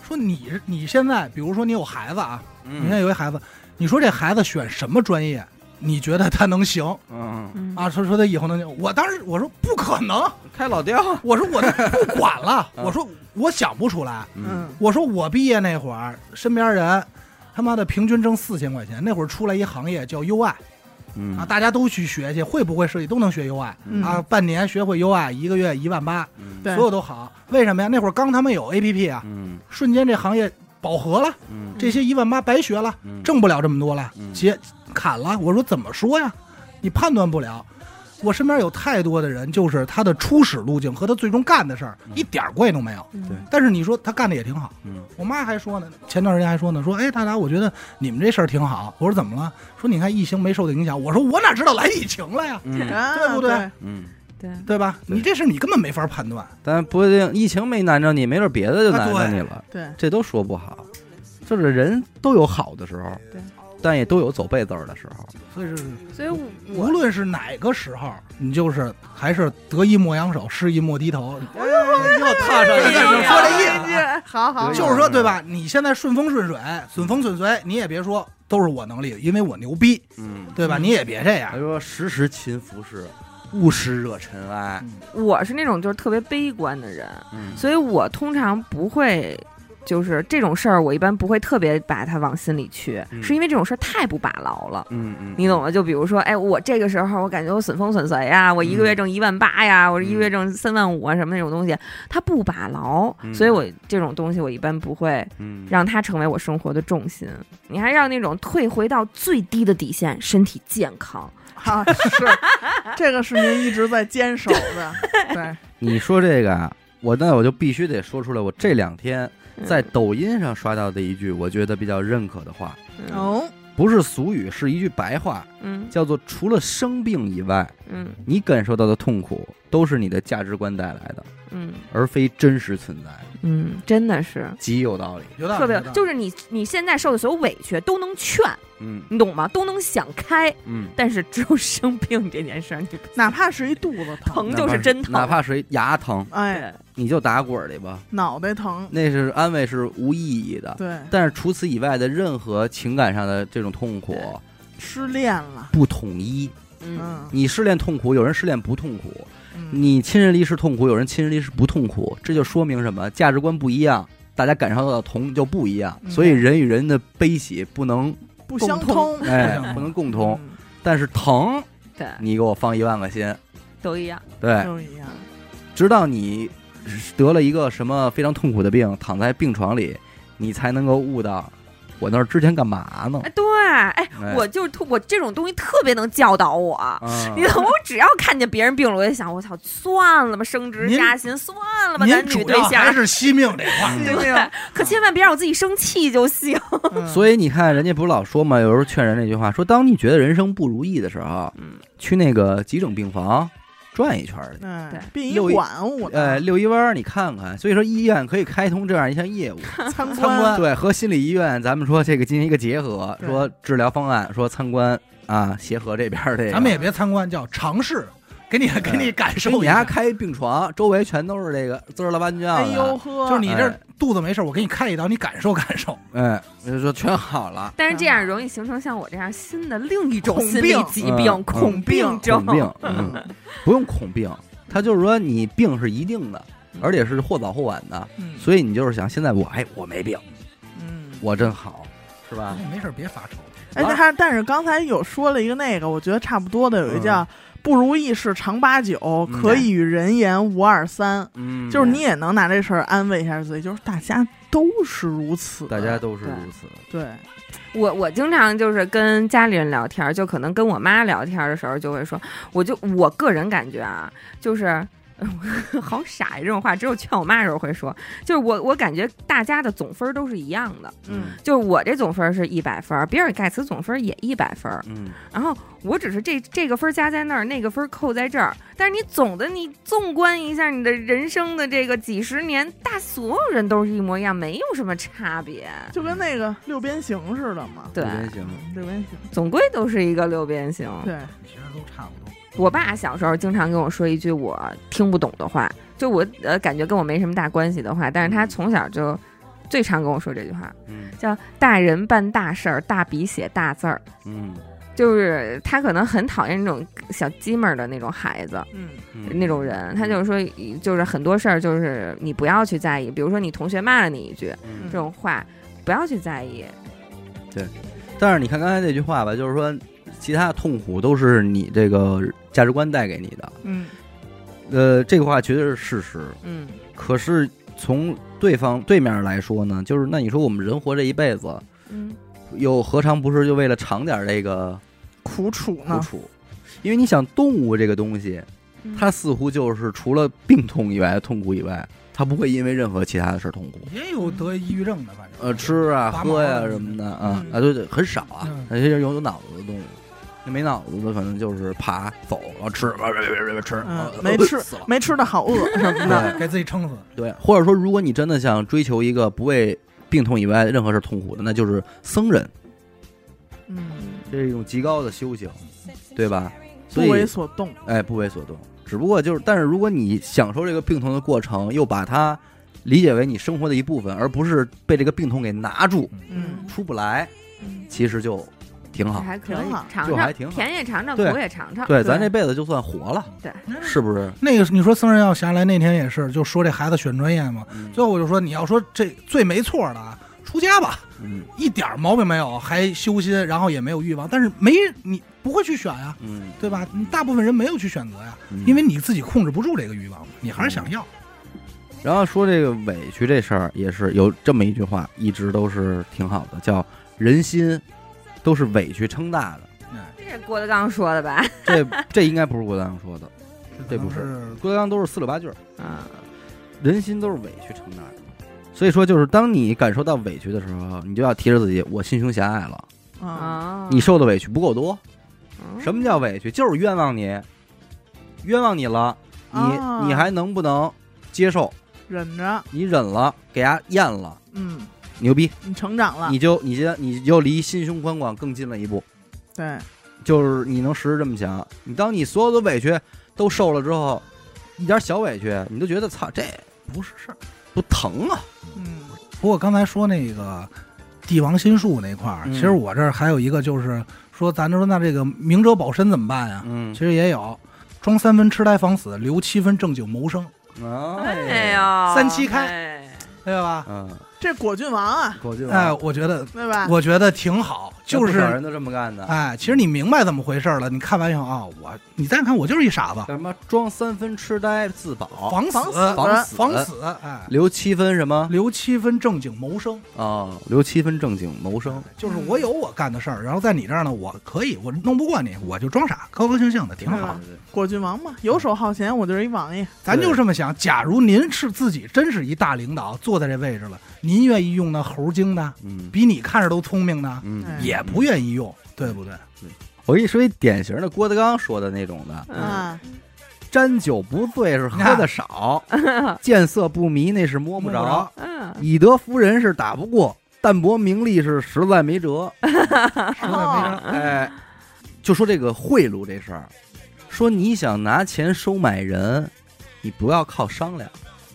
B: 说你你现在，比如说你有孩子啊，你现在
A: 嗯
B: 有一孩子，你说这孩子选什么专业？你觉得他能行
A: 嗯，
D: 嗯
B: 啊？说说他以后能行？我当时我说不可能，
A: 开老调，
B: 我说我都不
C: [laughs]
B: 管了，
A: 嗯
B: 我说我想不出来。
A: 嗯
C: 嗯，
B: 我说我毕业那会儿，身边人他妈的平均挣四千块钱，那会儿出来一行业叫 UI
A: 嗯
B: 啊，大家都去学去，会不会设计都能学 UI
C: 嗯
B: 啊，半年学会 UI，一个月一万八，
A: 嗯
C: 对
B: 所有都好。为什么呀？那会儿刚他妈有 APP 啊，
A: 嗯
B: 瞬间这行业饱和了，
A: 嗯
B: 这些一万八白学了，
A: 嗯
B: 挣不了这么多了
A: 嗯，
B: 结砍了。我说怎么说呀？你判断不了。我身边有太多的人，就是他的初始路径和他最终干的事儿一点儿关系都没有。
A: 对
D: 嗯
B: 但是你说他干的也挺好，
A: 嗯
B: 我妈还说呢，前段时间还说呢，说哎大达，我觉得你们这事儿挺好。我说怎么了？说你看疫情没受到影响。我说我哪知道来疫情了呀，
A: 嗯
C: 啊
B: 对不对
C: 对？
B: [laughs]
A: 嗯，
D: 对，
B: 对吧？
A: 对
B: 你这事儿你根本没法判断。
A: 但不一定，疫情没难着你，没准别的就难着你
B: 啊
A: 了，
C: 对，
A: 这都说不好。就是人都有好的时候，
D: 对，
A: 但也都有走背字儿的时候。
B: 所以是
D: 所以我
B: 无论是哪个时候，你就是还是得意莫扬手，失意莫低头。
A: 哎又踏上
B: 一
A: 个
B: 个就说这意思
C: 思， [laughs] 好好，
A: 对
B: 就是说，对吧？你现在顺风顺水，顺风顺水，你也别说都是我能力，因为我牛逼，
A: 嗯，哎
B: 对吧？你也别这
A: 他
B: 样。
A: 说：“时时勤拂拭，勿使惹尘
B: 嗯
A: 埃。
D: 我是那种就是特别悲观的人，”
A: 嗯
D: 所以我通常不会，就是这种事儿，我一般不会特别把它往心里去，
A: 嗯
D: 是因为这种事儿太不把牢了。
A: 嗯嗯，
D: 你懂吗？就比如说，哎，我这个时候我感觉我损风损随呀，我一个月挣一万八呀，我一个月挣三万五啊，什么那种东西，它不把牢，
A: 嗯
D: 所以我这种东西我一般不会
A: 嗯，
D: 让它成为我生活的重心。你还让那种退回到最低的底线，身体健康，
C: 好是，这个是您一直在坚守的，对，
A: 你说这个啊，我那我就必须得说出来，我这两天
D: 嗯
A: 在抖音上刷到的一句我觉得比较认可的话，
D: 嗯
C: 哦，
A: 不是俗语，是一句白话，
D: 嗯
A: 叫做“除了生病以外，
D: 嗯
A: 你感受到的痛苦都是你的价值观带来的”。
D: 嗯嗯
A: 而非真实存在，
D: 嗯，真的是
A: 极有道理。
B: 有道理，
D: 特别
B: 有道，理
D: 就是你你现在受的所有委屈都能劝，
A: 嗯
D: 你懂吗？都能想开，
A: 嗯，
D: 但是只有生病这件事儿，你不
C: 哪怕是一肚子疼，
D: 疼就是真疼，
A: 哪怕谁牙疼，
C: 哎，
A: 你就打滚儿去吧，
C: 脑袋疼，
A: 那是安慰是无意义的。
C: 对，
A: 但是除此以外的任何情感上的这种痛苦
D: 对
C: 失恋了，
A: 不统一，
D: 嗯
C: 嗯，
A: 你失恋痛苦，有人失恋不痛苦，
C: 嗯
A: 你亲人离世痛苦，有人亲人离世不痛苦，这就说明什么？价值观不一样，大家感受到的同就不一样，
C: 嗯
A: 所以人与人的悲喜不能
C: 不相
D: 共通
C: 通，
A: 哎
B: 嗯
A: 不能共同，
C: 嗯
A: 但是疼，
D: 对，
A: 你给我放一万个心，
D: 都一样，
A: 对，
C: 都一样，
A: 直到你得了一个什么非常痛苦的病，躺在病床里，你才能够悟到我那儿之前干嘛呢
D: 哎，？对，哎，
A: 哎
D: 我就是特我这种东西特别能教导我。
A: 啊
D: [laughs] 你懂吗？我只要看见别人病了，我就想，我操，算了吧，升职
B: 您
D: 加薪，算了吧，
B: 您
D: 男女
B: 主
D: 对
B: 要还
D: 象，
B: 是惜命这块儿，
A: 嗯
D: 对，可千万别让我自己生气就行。
A: 所以你看，人家不是老说嘛，有时候劝人那句话，说当你觉得人生不如意的时候，
D: 嗯
A: 去那个急诊病房转一圈儿去，
C: 哎
D: 对
C: 殡仪
A: 六一
C: 馆我
A: 呃，遛一弯儿，你看看。所以说，医院可以开通这样一项业务，
C: 参
B: 参观
A: 对，和心理医院咱们说这个进行一个结合，
C: 对
A: 说治疗方案，说参观啊，协和这边儿这个，
B: 咱们也别参观，叫尝试，给你给你感
A: 给
B: 受
A: 你
B: 一
A: 家
B: 下。
A: 开病床，周围全都是这个滋儿啦吧唧的，
C: 哎呦呵，
B: 就是你这
A: 哎
B: 儿肚子没事儿，我给你开一刀，你感受感受。
A: 哎，就说全好了，
D: 但是这样容易形成像我这样新的另一种
C: 恐
D: 心理
C: 病
D: 疾
A: 嗯
D: 病——恐
C: 恐病
D: 病症
A: 恐。病，嗯，
C: [laughs]
A: 不用恐病，他就是说你病是一定的，而且是或早或晚的。
C: 嗯
A: 所以你就是想，现在我哎，我没病，
C: 嗯，
A: 我真好，是吧？
B: 没事儿别发愁，
C: 哎，
A: 啊
C: 但是但是刚才有说了一个那个，我觉得差不多的，有一叫“不如意事常八九，
A: 嗯
C: 可以与人言无二三”，
A: 嗯
C: 就是你也能拿这事儿安慰一下自己，就是大家都是如此，
A: 大家都是如此，
C: 对，
D: 我我经常就是跟家里人聊天儿，就可能跟我妈聊天儿的时候，就会说，我就我个人感觉啊，就是。 [laughs] 好傻呀！这种话只有劝我妈的时候会说。就是我，我感觉大家的总分儿都是一样的。
C: 嗯
D: 就是我这总分儿是一百分儿，比尔盖茨总分儿也一百分儿。
A: 嗯，
D: 然后我只是这这个分儿加在那儿，那个分儿扣在这儿。但是你总的，你纵观一下你的人生的这个几十年，大所有人都是一模一样，没有什么差别。
C: 嗯就跟那个六边形似的嘛，
D: 对，
A: 真行，
C: 嗯六边形，
D: 总归都是一个六边形。
C: 对，
B: 其实都差不多。
D: 我爸小时候经常跟我说一句我听不懂的话，就我呃感觉跟我没什么大关系的话，但是他从小就最常跟我说这句话，
A: 嗯
D: 叫“大人办大事儿，大笔写大字儿
A: 嗯”，
D: 就是他可能很讨厌那种小鸡们儿的那种孩子。
C: 嗯
A: 嗯
D: 那种人，他就是说，就是很多事儿，就是你不要去在意。比如说，你同学骂了你一句
A: 嗯
D: 这种话，不要去在意。
A: 但是你看刚才那句话吧，就是说其他的痛苦都是你这个价值观带给你的，
C: 嗯
A: 呃，这个话绝对是事实。
C: 嗯
A: 可是从对方对面来说呢，就是那你说我们人活这一辈子，
D: 嗯，
A: 又何尝不是就为了尝点这个
C: 苦楚
A: 苦
C: 呢，
A: 楚？因为你想，动物这个东西，
D: 嗯
A: 它似乎就是除了病痛以外、痛苦以外，它不会因为任何其他的事儿痛苦。
B: 也有得抑郁症的，反正
A: 呃，吃啊、
B: 拔毛
A: 喝呀、
B: 了
A: 什么的啊
C: 嗯
A: 啊，对对，很少啊
B: 嗯。
A: 那些有有脑子的动物，那没脑子的可能就是爬、走，然后吃，呃别别别别吃，
C: 嗯
A: 啊
C: 没
A: 饿
C: 吃
A: 死了。
C: 没吃的好饿
A: [laughs]
C: 什么的，
A: 对
B: 给自己撑死。
A: 对，或者说，如果你真的想追求一个不为病痛以外任何事儿痛苦的，那就是僧人，
C: 嗯，
A: 这是一种极高的修行，对吧？
C: 不
A: 所以
C: 为所动，
A: 哎，不为所动。只不过就是，但是如果你享受这个病痛的过程，又把它理解为你生活的一部分，而不是被这个病痛给拿住
C: 嗯
A: 出不来，其实就挺
D: 这
A: 好。
D: 还可以
C: 挺好
D: 尝
A: 就还
D: 尝，
A: 挺好
D: 甜也尝尝，苦
A: 对
D: 也尝尝。
A: 对，咱这辈子就算活了，
B: 嗯
A: 是不是？
B: 那个你说僧人要下来那天也是，就说这孩子选专业嘛，
A: 嗯
B: 最后我就说你要说这最没错的啊，出家吧，
A: 嗯
B: 一点儿毛病没有，还修心，然后也没有欲望，但是没你不会去选呀、
A: 嗯，
B: 对吧？你大部分人没有去选择呀，
A: 嗯
B: 因为你自己控制不住这个欲望，你还是想要。
A: 然后说这个委屈这事儿，也是有这么一句话，一直都是挺好的，叫“人心都是委屈撑大的
B: 哎
D: 这是郭德纲说的吧？”
A: 这。这应该不是郭德纲说的，这
B: 这可能
A: 不
B: 是
A: 郭德纲都是四六八句儿，
D: 嗯，
C: 啊
A: 人心都是委屈承担的。所以说，就是当你感受到委屈的时候，你就要提着自己，我心胸狭隘了，
C: 啊，
D: 哦，
A: 你受的委屈不够多。
D: 嗯
A: 什么叫委屈？就是冤枉你，冤枉你了，你
C: 啊
A: 你还能不能接受，
C: 忍着，
A: 你忍了，给他咽了，
C: 嗯，
A: 牛逼，
C: 你成长了
A: 你，就你就你就离心胸宽广更近了一步。
C: 对，
A: 就是你能时时这么想，你当你所有的委屈都受了之后，一点小委屈你都觉得操这
B: 不是事儿。
A: 不疼啊，
C: 嗯，
B: 不过刚才说那个帝王心术那块儿，
A: 嗯
B: 其实我这儿还有一个，就是说咱就说那这个明哲保身怎么办呀？
A: 嗯
B: 其实也有，装三分痴呆防死，留七分正经谋生，
D: 哎，呀，
B: 三七开
D: 哎
B: 对吧？
A: 嗯，
C: 这果郡王啊，
A: 狗就
B: 哎，我觉得
C: 对吧？
B: 我觉得挺好，就
A: 嗯不少
B: 是
A: 人都这么干的，
B: 哎，其实你明白怎么回事了。你看完以后啊，我你再看我就是一傻子
A: 叫，什么装三分痴呆自保，
B: 防
C: 防
B: 死
A: 嗯防死嗯
B: 防死，哎，
A: 留七分什么
B: 留七分正经谋生。
A: 啊？留七分正经谋生，
B: 就是我有我干的事儿，然后在你这儿呢，我可以，我弄不过你，我就装傻，高高兴兴的，挺好。
C: 对果郡王嘛，游手好闲，我就是一王爷，
B: 咱就这么想，假如您是自己真是一大领导，坐在这位置了，您愿意用那猴精呢，
A: 嗯
B: 比你看着都聪明呢，
A: 嗯
C: 哎，
B: 也不愿意用，对不对？
A: 我跟你说一典型的郭德纲说的那种的，
D: 嗯，
C: 啊，
A: 沾酒不醉是喝的少，见色不迷那是摸不
B: 摸不着
A: 着。
D: 嗯，
A: 以德服人是打不过，淡泊名利是实在没辙。 [laughs]
B: 实
C: [laughs]
B: 在没辙。
A: 哎，就说这个贿赂这事儿，说你想拿钱收买人，你不要靠商量，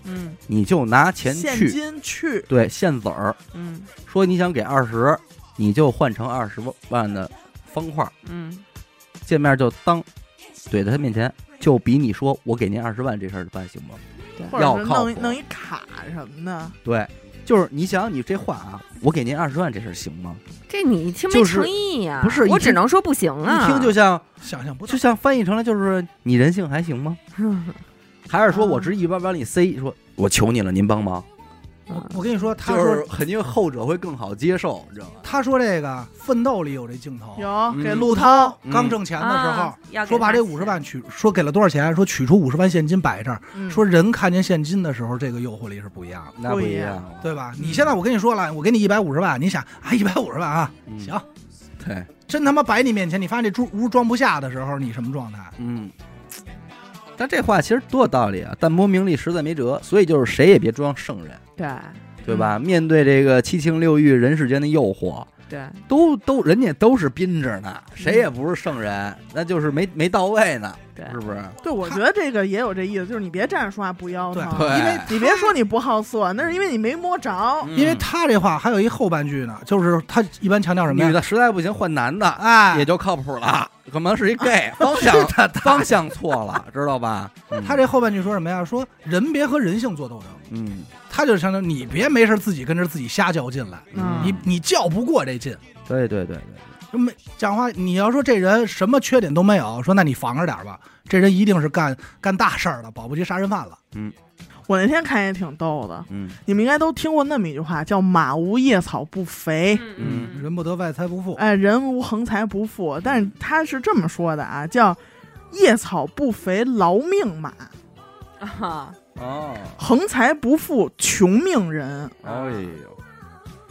C: 嗯，
A: 你就拿钱
C: 现
A: 去，
C: 金去，
A: 对，现子儿。
C: 嗯
A: 说你想给二十，你就换成二十万的方块，
D: 嗯，
A: 见面就当怼在他面前，就比你说我给您二十万这事儿办行吗？
C: 或者
A: 要
C: 是
A: 靠
C: 弄一
A: 谱
C: 弄一卡什么的，
A: 对，就是你想想你这话啊，我给您二十万这事儿行吗？
D: 这你听没
A: 就是
D: 诚意呀？
A: 不是一
D: 我
A: 听
D: 只能说不行啊。
A: 一听
D: [laughs]
A: 就像
B: 想象不到
A: 就，像翻译成了就是你人性还行吗？
D: 嗯
A: 还是说我直接一巴往里塞，说我求你了，您帮忙？
B: 我跟你说，他
A: 就
B: 说
A: 是肯定后者会更好接受，你知道吗？
B: 他说这个《奋斗》里有这镜头，
C: 有
A: 嗯
C: 给
B: 陆
C: 陆
B: 涛
A: 嗯
B: 刚挣钱的时候。
D: 候
B: 说把这五十万取，说给了多少钱？说取出五十万现金摆这儿。
C: 嗯
B: 说人看见现金的时候，这个诱惑力是不一样的。
A: 那不
C: 不一
A: 一
C: 样
A: 样了，
B: 对吧？
C: 嗯
B: 你现在我跟你说了，我给你一百五十万，你想啊，一百五十万啊，
A: 嗯
B: 行，
A: 对，
B: 真他妈摆你面前，你发现这猪屋装不下的时候，你什么状态？
A: 嗯。但这话其实多有道理啊！淡泊名利实在没辙，所以就是谁也别装圣人，
D: 对
A: 对吧？面对这个七情六欲、人世间的诱惑，
D: 对，
A: 都都人家都是宾着呢，谁也不是圣人，那就是没没到位呢，
D: 对
A: 是不是？
C: 对，我
B: 他
C: 觉得这个也有这意思，就是你别站着说话不腰
B: 对
C: 疼，
A: 对嗯
B: 因为
C: 你别说你不好色，那是因为你没摸着。
B: 因为他这话还有一后半句呢，就是他一般强调什么
A: 女
B: 呀？
A: 的实在不行换男的，
B: 哎，
A: 也就靠谱 [laughs] 了。可能啊是一 gay，方向方向错了，知道吧？
B: 他这后半句说什么呀？说人别和人性做斗争，
A: 嗯，
B: 他就是强调你别没事自己跟着自己瞎较劲来，
A: 嗯
B: 你你较不过这劲。
A: 对对对对，
B: 就没讲话，你要说这人什么缺点都没有，说那你防着点吧，这人一定是干干大事儿了，保不齐杀人犯了。
C: 我那天看也挺逗的，
A: 嗯
C: 你们应该都听过那么一句话，叫“马无夜草不肥”。
A: 嗯
B: 人不得外财不富，
C: 哎，人无横财不富，但是他是这么说的啊，叫“夜草不肥劳命马，
D: 啊，
A: 哦，
C: 横财不富穷命人
A: 哎呦，”，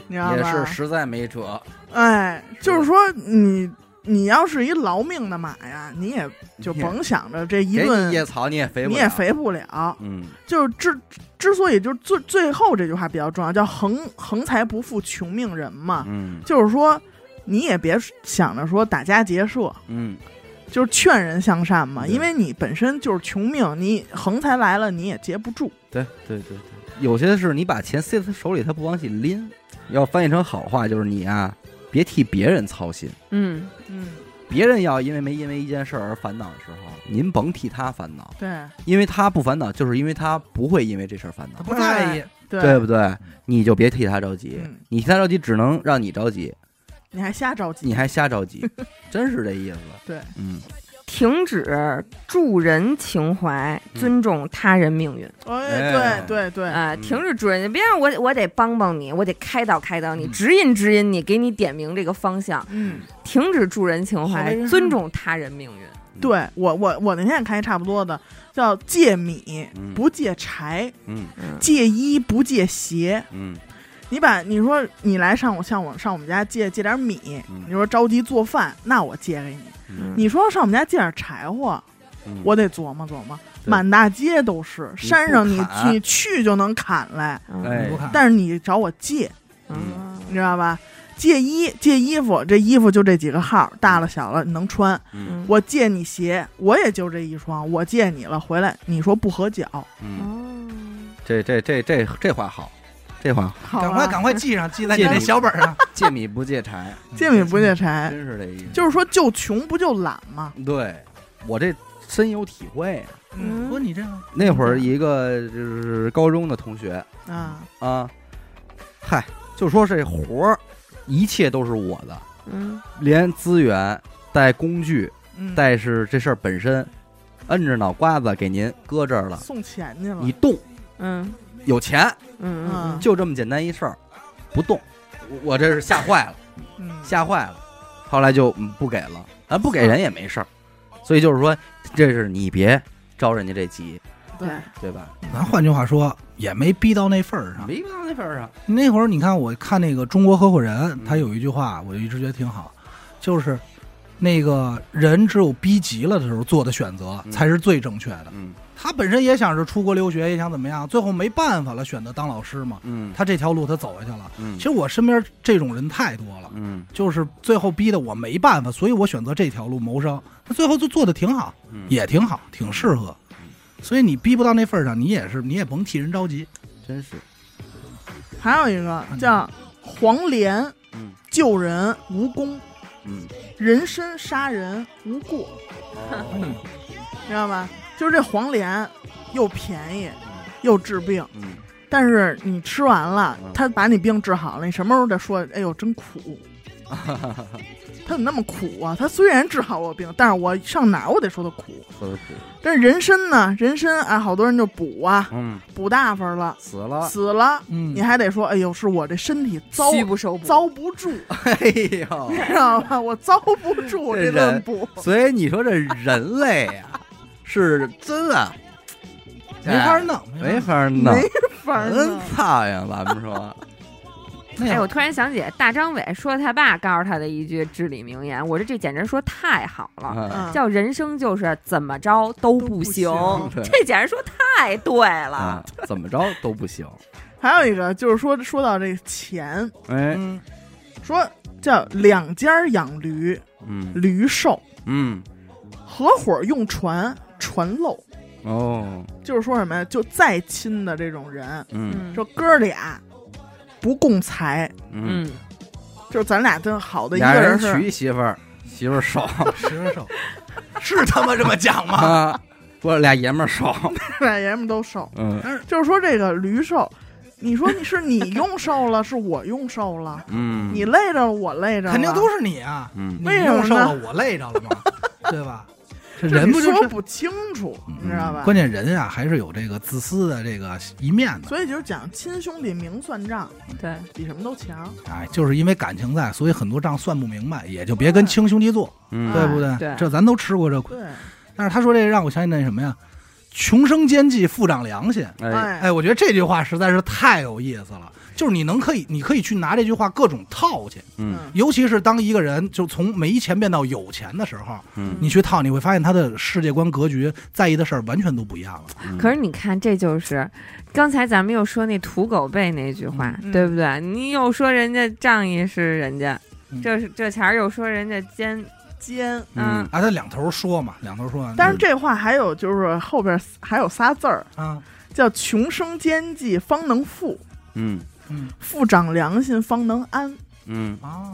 C: 你知道
A: 也
C: 吧？
A: 是实在没辙。
C: 哎，就是说你你要是一劳命的马呀，你也就甭想着这一
A: 给
C: 顿
A: 你野草你也肥不，
C: 你也，肥不了。
A: 嗯
C: 就是之之所以就是最最后这句话比较重要，叫横横财不富穷命人嘛，
A: 嗯
C: 就是说你也别想着说打家劫舍，
A: 嗯，
C: 就是劝人向善嘛，
A: 对
C: 因为你本身就是穷命，你横财来了你也劫不住。
A: 对对对对，有些是你把钱塞他手里，他不往起拎。要翻译成好话就是你啊，别替别人操心。
D: 嗯，
C: 嗯，
A: 别人要因为没因为一件事儿而烦恼的时候，您甭替他烦恼，
C: 对
A: 因为他不烦恼，就是因为他不会因为这事儿烦恼
B: 他。不在意，
C: 对
A: 对不对？你就别替他着急，
C: 嗯
A: 你替他着急只能让你着急，
C: 你还瞎着急。
A: 你还瞎着
C: [laughs]
A: 急，真是这意思。
C: 对，
A: 嗯，
D: 停止助人情怀，
A: 嗯
D: 尊重他人命运。
A: 哎
C: 哎，对对对，
D: 哎，
A: 嗯
D: 停止助人，别让我我得帮帮你，我得开导开导你，
B: 嗯
D: 指引指引你，给你点明这个方向。
C: 嗯，
D: 停止助人情
B: 好为
D: 怀
B: 人，师
D: 尊重他人命运。
C: 对我我我那天也看一差不多的，叫借米
A: 嗯
C: 不借柴，
A: 嗯
D: 嗯
C: 借衣不借鞋。
A: 嗯
C: 你把你说你来上我像我上我们家借借点米，
A: 嗯
C: 你说着急做饭，那我借给你。
A: 嗯
C: 你说上我们家借点柴火，
A: 嗯
C: 我得琢磨琢磨。
A: 对
C: 满大街都是，
A: 你
C: 山上你
A: 不砍
C: 你去就能砍来，
A: 哎
B: 你不看，
C: 但是你找我借，
D: 嗯
C: 你知道吧？借衣借衣服，这衣服就这几个号，大了小了你能穿。
A: 嗯
C: 我借你鞋，我也就这一双，我借你了，回来你说不合脚，
A: 嗯，
D: 嗯
A: 这这这这这话好，这
C: [laughs]
A: 话好啊
C: 好啊
B: 赶快
C: 吧
B: 赶快记上，记在你
A: 借
B: 那
A: 你
B: 小本儿上。
A: 借米不借
C: [laughs]
A: 柴，
C: 借米
B: 嗯
C: 不借柴，
A: 真是这意思。
C: 哎就是说就穷不就懒吗？
A: 对我这深有体会啊。
B: 嗯，
D: 嗯
B: 不，你这样
A: 那会儿一个就是高中的同学
C: 啊，
A: 啊，嗨，就说这活儿，一切都是我的，
D: 嗯
A: 连资源带工具
C: 嗯，
A: 带是这事儿本身，摁着脑瓜子给您搁这儿了，
C: 送钱去了
A: 你，动
D: 嗯
A: 有钱，
D: 嗯嗯，
A: 就这么简单一事儿，不动，我我这是吓坏了，
C: 嗯
A: 吓坏了，后来就嗯不给了，啊，不给人也没事儿，所以就是说，这是你别招人家这急，
C: 对，
B: 嗯
A: 对吧？
B: 咱换句话说，也没逼到那份儿上。
A: 没到那份儿上，
B: 那会儿你看，我看那个《中国合
A: 嗯
B: 伙人》，他有一句话，我就一直觉得挺好，就是那个人只有逼急了的时候做的选择
A: 嗯
B: 才是最正确的。
A: 嗯
B: 他本身也想是出国留学，也想怎么样，最后没办法了，选择当老师嘛。
A: 嗯
B: 他这条路他走下去了。
A: 嗯
B: 其实我身边这种人太多了，
A: 嗯
B: 就是最后逼得我没办法，所以我选择这条路谋生。他最后就做的挺好，
A: 嗯，
B: 也挺好，挺适合。所以你逼不到那份儿上，你也是你也甭替人着急。
A: 真是，
C: 还有一个叫黄连
A: 嗯
C: 救人无功，
A: 嗯，
C: 人参杀人无过，
A: 哦
C: [laughs] 知道吧？就是这黄连又便宜又治病，
A: 嗯
C: 但是你吃完了
A: 嗯，
C: 他把你病治好了，你什么时候再说？哎呦，真苦！
A: [laughs]
C: 他怎么那么苦啊？他虽然治好我病，但是我上哪儿我得说他苦。
A: 说的苦，
C: 但是人参呢？人参啊，好多人就补啊，
A: 嗯，
C: 补大发了，
A: 死了，
C: 死了，
B: 嗯
C: 你，还得说，哎呦，是我这身体遭
D: 虚不守补，
C: 遭不
A: [laughs]
C: 住，
A: [laughs] 哎呦，
C: 知道吧？我遭不住
A: 这
C: 这
A: 人
C: 顿补，
A: 所以你说这人类呀、是真啊，哎
B: 没法弄，
A: 没
B: 法
A: 法弄，
C: 没法儿
A: 真
C: 弄。
A: 操呀！咱们说，
B: 弄。
D: 哎，
B: 那
D: 我突然想起大张伟说他爸告诉他的一句至理名言，我说这简直说太好了，
A: 嗯
C: 嗯
D: 叫人生就是怎么着都
C: 都
D: 不
C: 不
D: 行
C: 行，
A: 对
D: [laughs] 这简直说太对了
A: 啊。，怎么着都不行。
C: 还有一个就是说，说到这钱，
A: 哎，
B: 嗯，
C: 说叫两家养驴，
A: 嗯
C: 驴瘦，
A: 嗯，
C: 合伙用船，船漏。
A: 哦，
C: 就是说什么呀？就再亲的这种人，
A: 嗯
C: 说哥俩不共财，
A: 嗯，
D: 嗯，
C: 就是咱俩真好的一
A: 俩
C: 个
A: 人娶
C: 是
A: 一媳妇儿，媳妇儿少
B: 十手是他妈这么讲吗？
A: 啊， [laughs] 不是俩爷们儿少，
C: [laughs] 俩人们都瘦，
A: 嗯
C: 就是说这个驴瘦，你说你是你用瘦了，是我用瘦了，
A: 嗯，
C: 你累着了我累着了，
B: [laughs] 肯定都是你啊！
A: 嗯
B: 你
C: 为什么
B: 用
C: 呢
B: 瘦了，我累着了吗？ [laughs] 对吧？这
C: 这
B: 人不
C: 你
B: 就
C: 说
B: 是嗯
C: 不清楚，你知道吧？
B: 关键人啊，还是有这个自私的这个一面的。
C: 所以就是讲亲兄弟明算账，
D: 对，
C: 比什么都强。
B: 哎，就是因为感情在，所以很多账算不明白，也就别跟亲兄弟做，
A: 嗯
B: 对不
D: 对
B: 这咱都吃过这苦。
C: 对，
B: 但是他说这让我想起那什么呀，穷生奸计，富长良心。
A: 哎，
B: 哎，我觉得这句话实在是太有意思了。就是你能可以，你可以去拿这句话各种套去，
A: 嗯
B: 尤其是当一个人就从没钱变到有钱的时候，
A: 嗯，
B: 你去套，你会发现他的世界观格局在意的事儿完全都不一样了。
A: 嗯
D: 可是你看，这就是刚才咱们又说那土狗背那句话，
C: 嗯
D: 对不对？你又说人家仗义是人家，
B: 嗯
D: 这是这前儿又说人家奸，
C: 奸。
A: 嗯
D: 嗯，
B: 啊，他两头说嘛，两头说。
C: 但是这话还有就是后边还有仨字儿
B: 啊，
C: 叫“穷生奸计方能富，
A: 嗯
B: 嗯
C: 富长良心方能安”。
A: 嗯
B: 啊，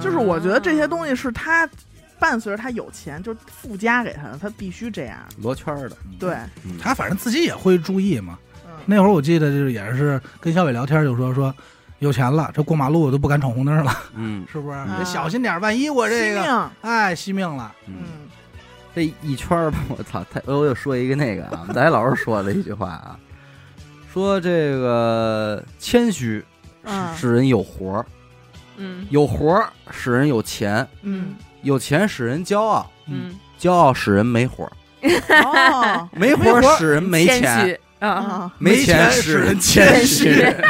C: 就是我觉得这些东
D: 西，
C: 西是他伴随着他有钱，就是附加给他的，他必须这样。
A: 罗圈儿的，
C: 对，
A: 嗯
B: 他反正自己也会注意嘛。
C: 嗯，
B: 那会儿我记得就是也是跟小伟聊天，就说说有钱了，这过马路我都不敢闯红灯了，
A: 嗯
B: 是不是？
A: 嗯
B: 得小心点儿，万一我这
C: 惜
B: 个
C: 命
B: 哎惜命了。
A: 嗯。
C: 嗯，
A: 这一圈儿吧， [laughs] 我操！他我又说一个那个啊，我们大学老师说了一句话啊，说这个谦虚
C: 嗯
A: 使人有活儿，
D: 嗯
A: 有活儿使人有钱，
C: 嗯，
A: 有钱使人骄傲，
D: 嗯，
A: 骄傲使人没活儿，
C: 哦，
A: 嗯没活儿
B: 没活儿
A: 使人没
D: 谦
A: 钱，
D: 虚啊，
C: 啊，
A: 没 [laughs]
B: 没钱
A: 使
B: 使
D: [laughs]
B: 人
A: 谦
B: 谦虚。哎，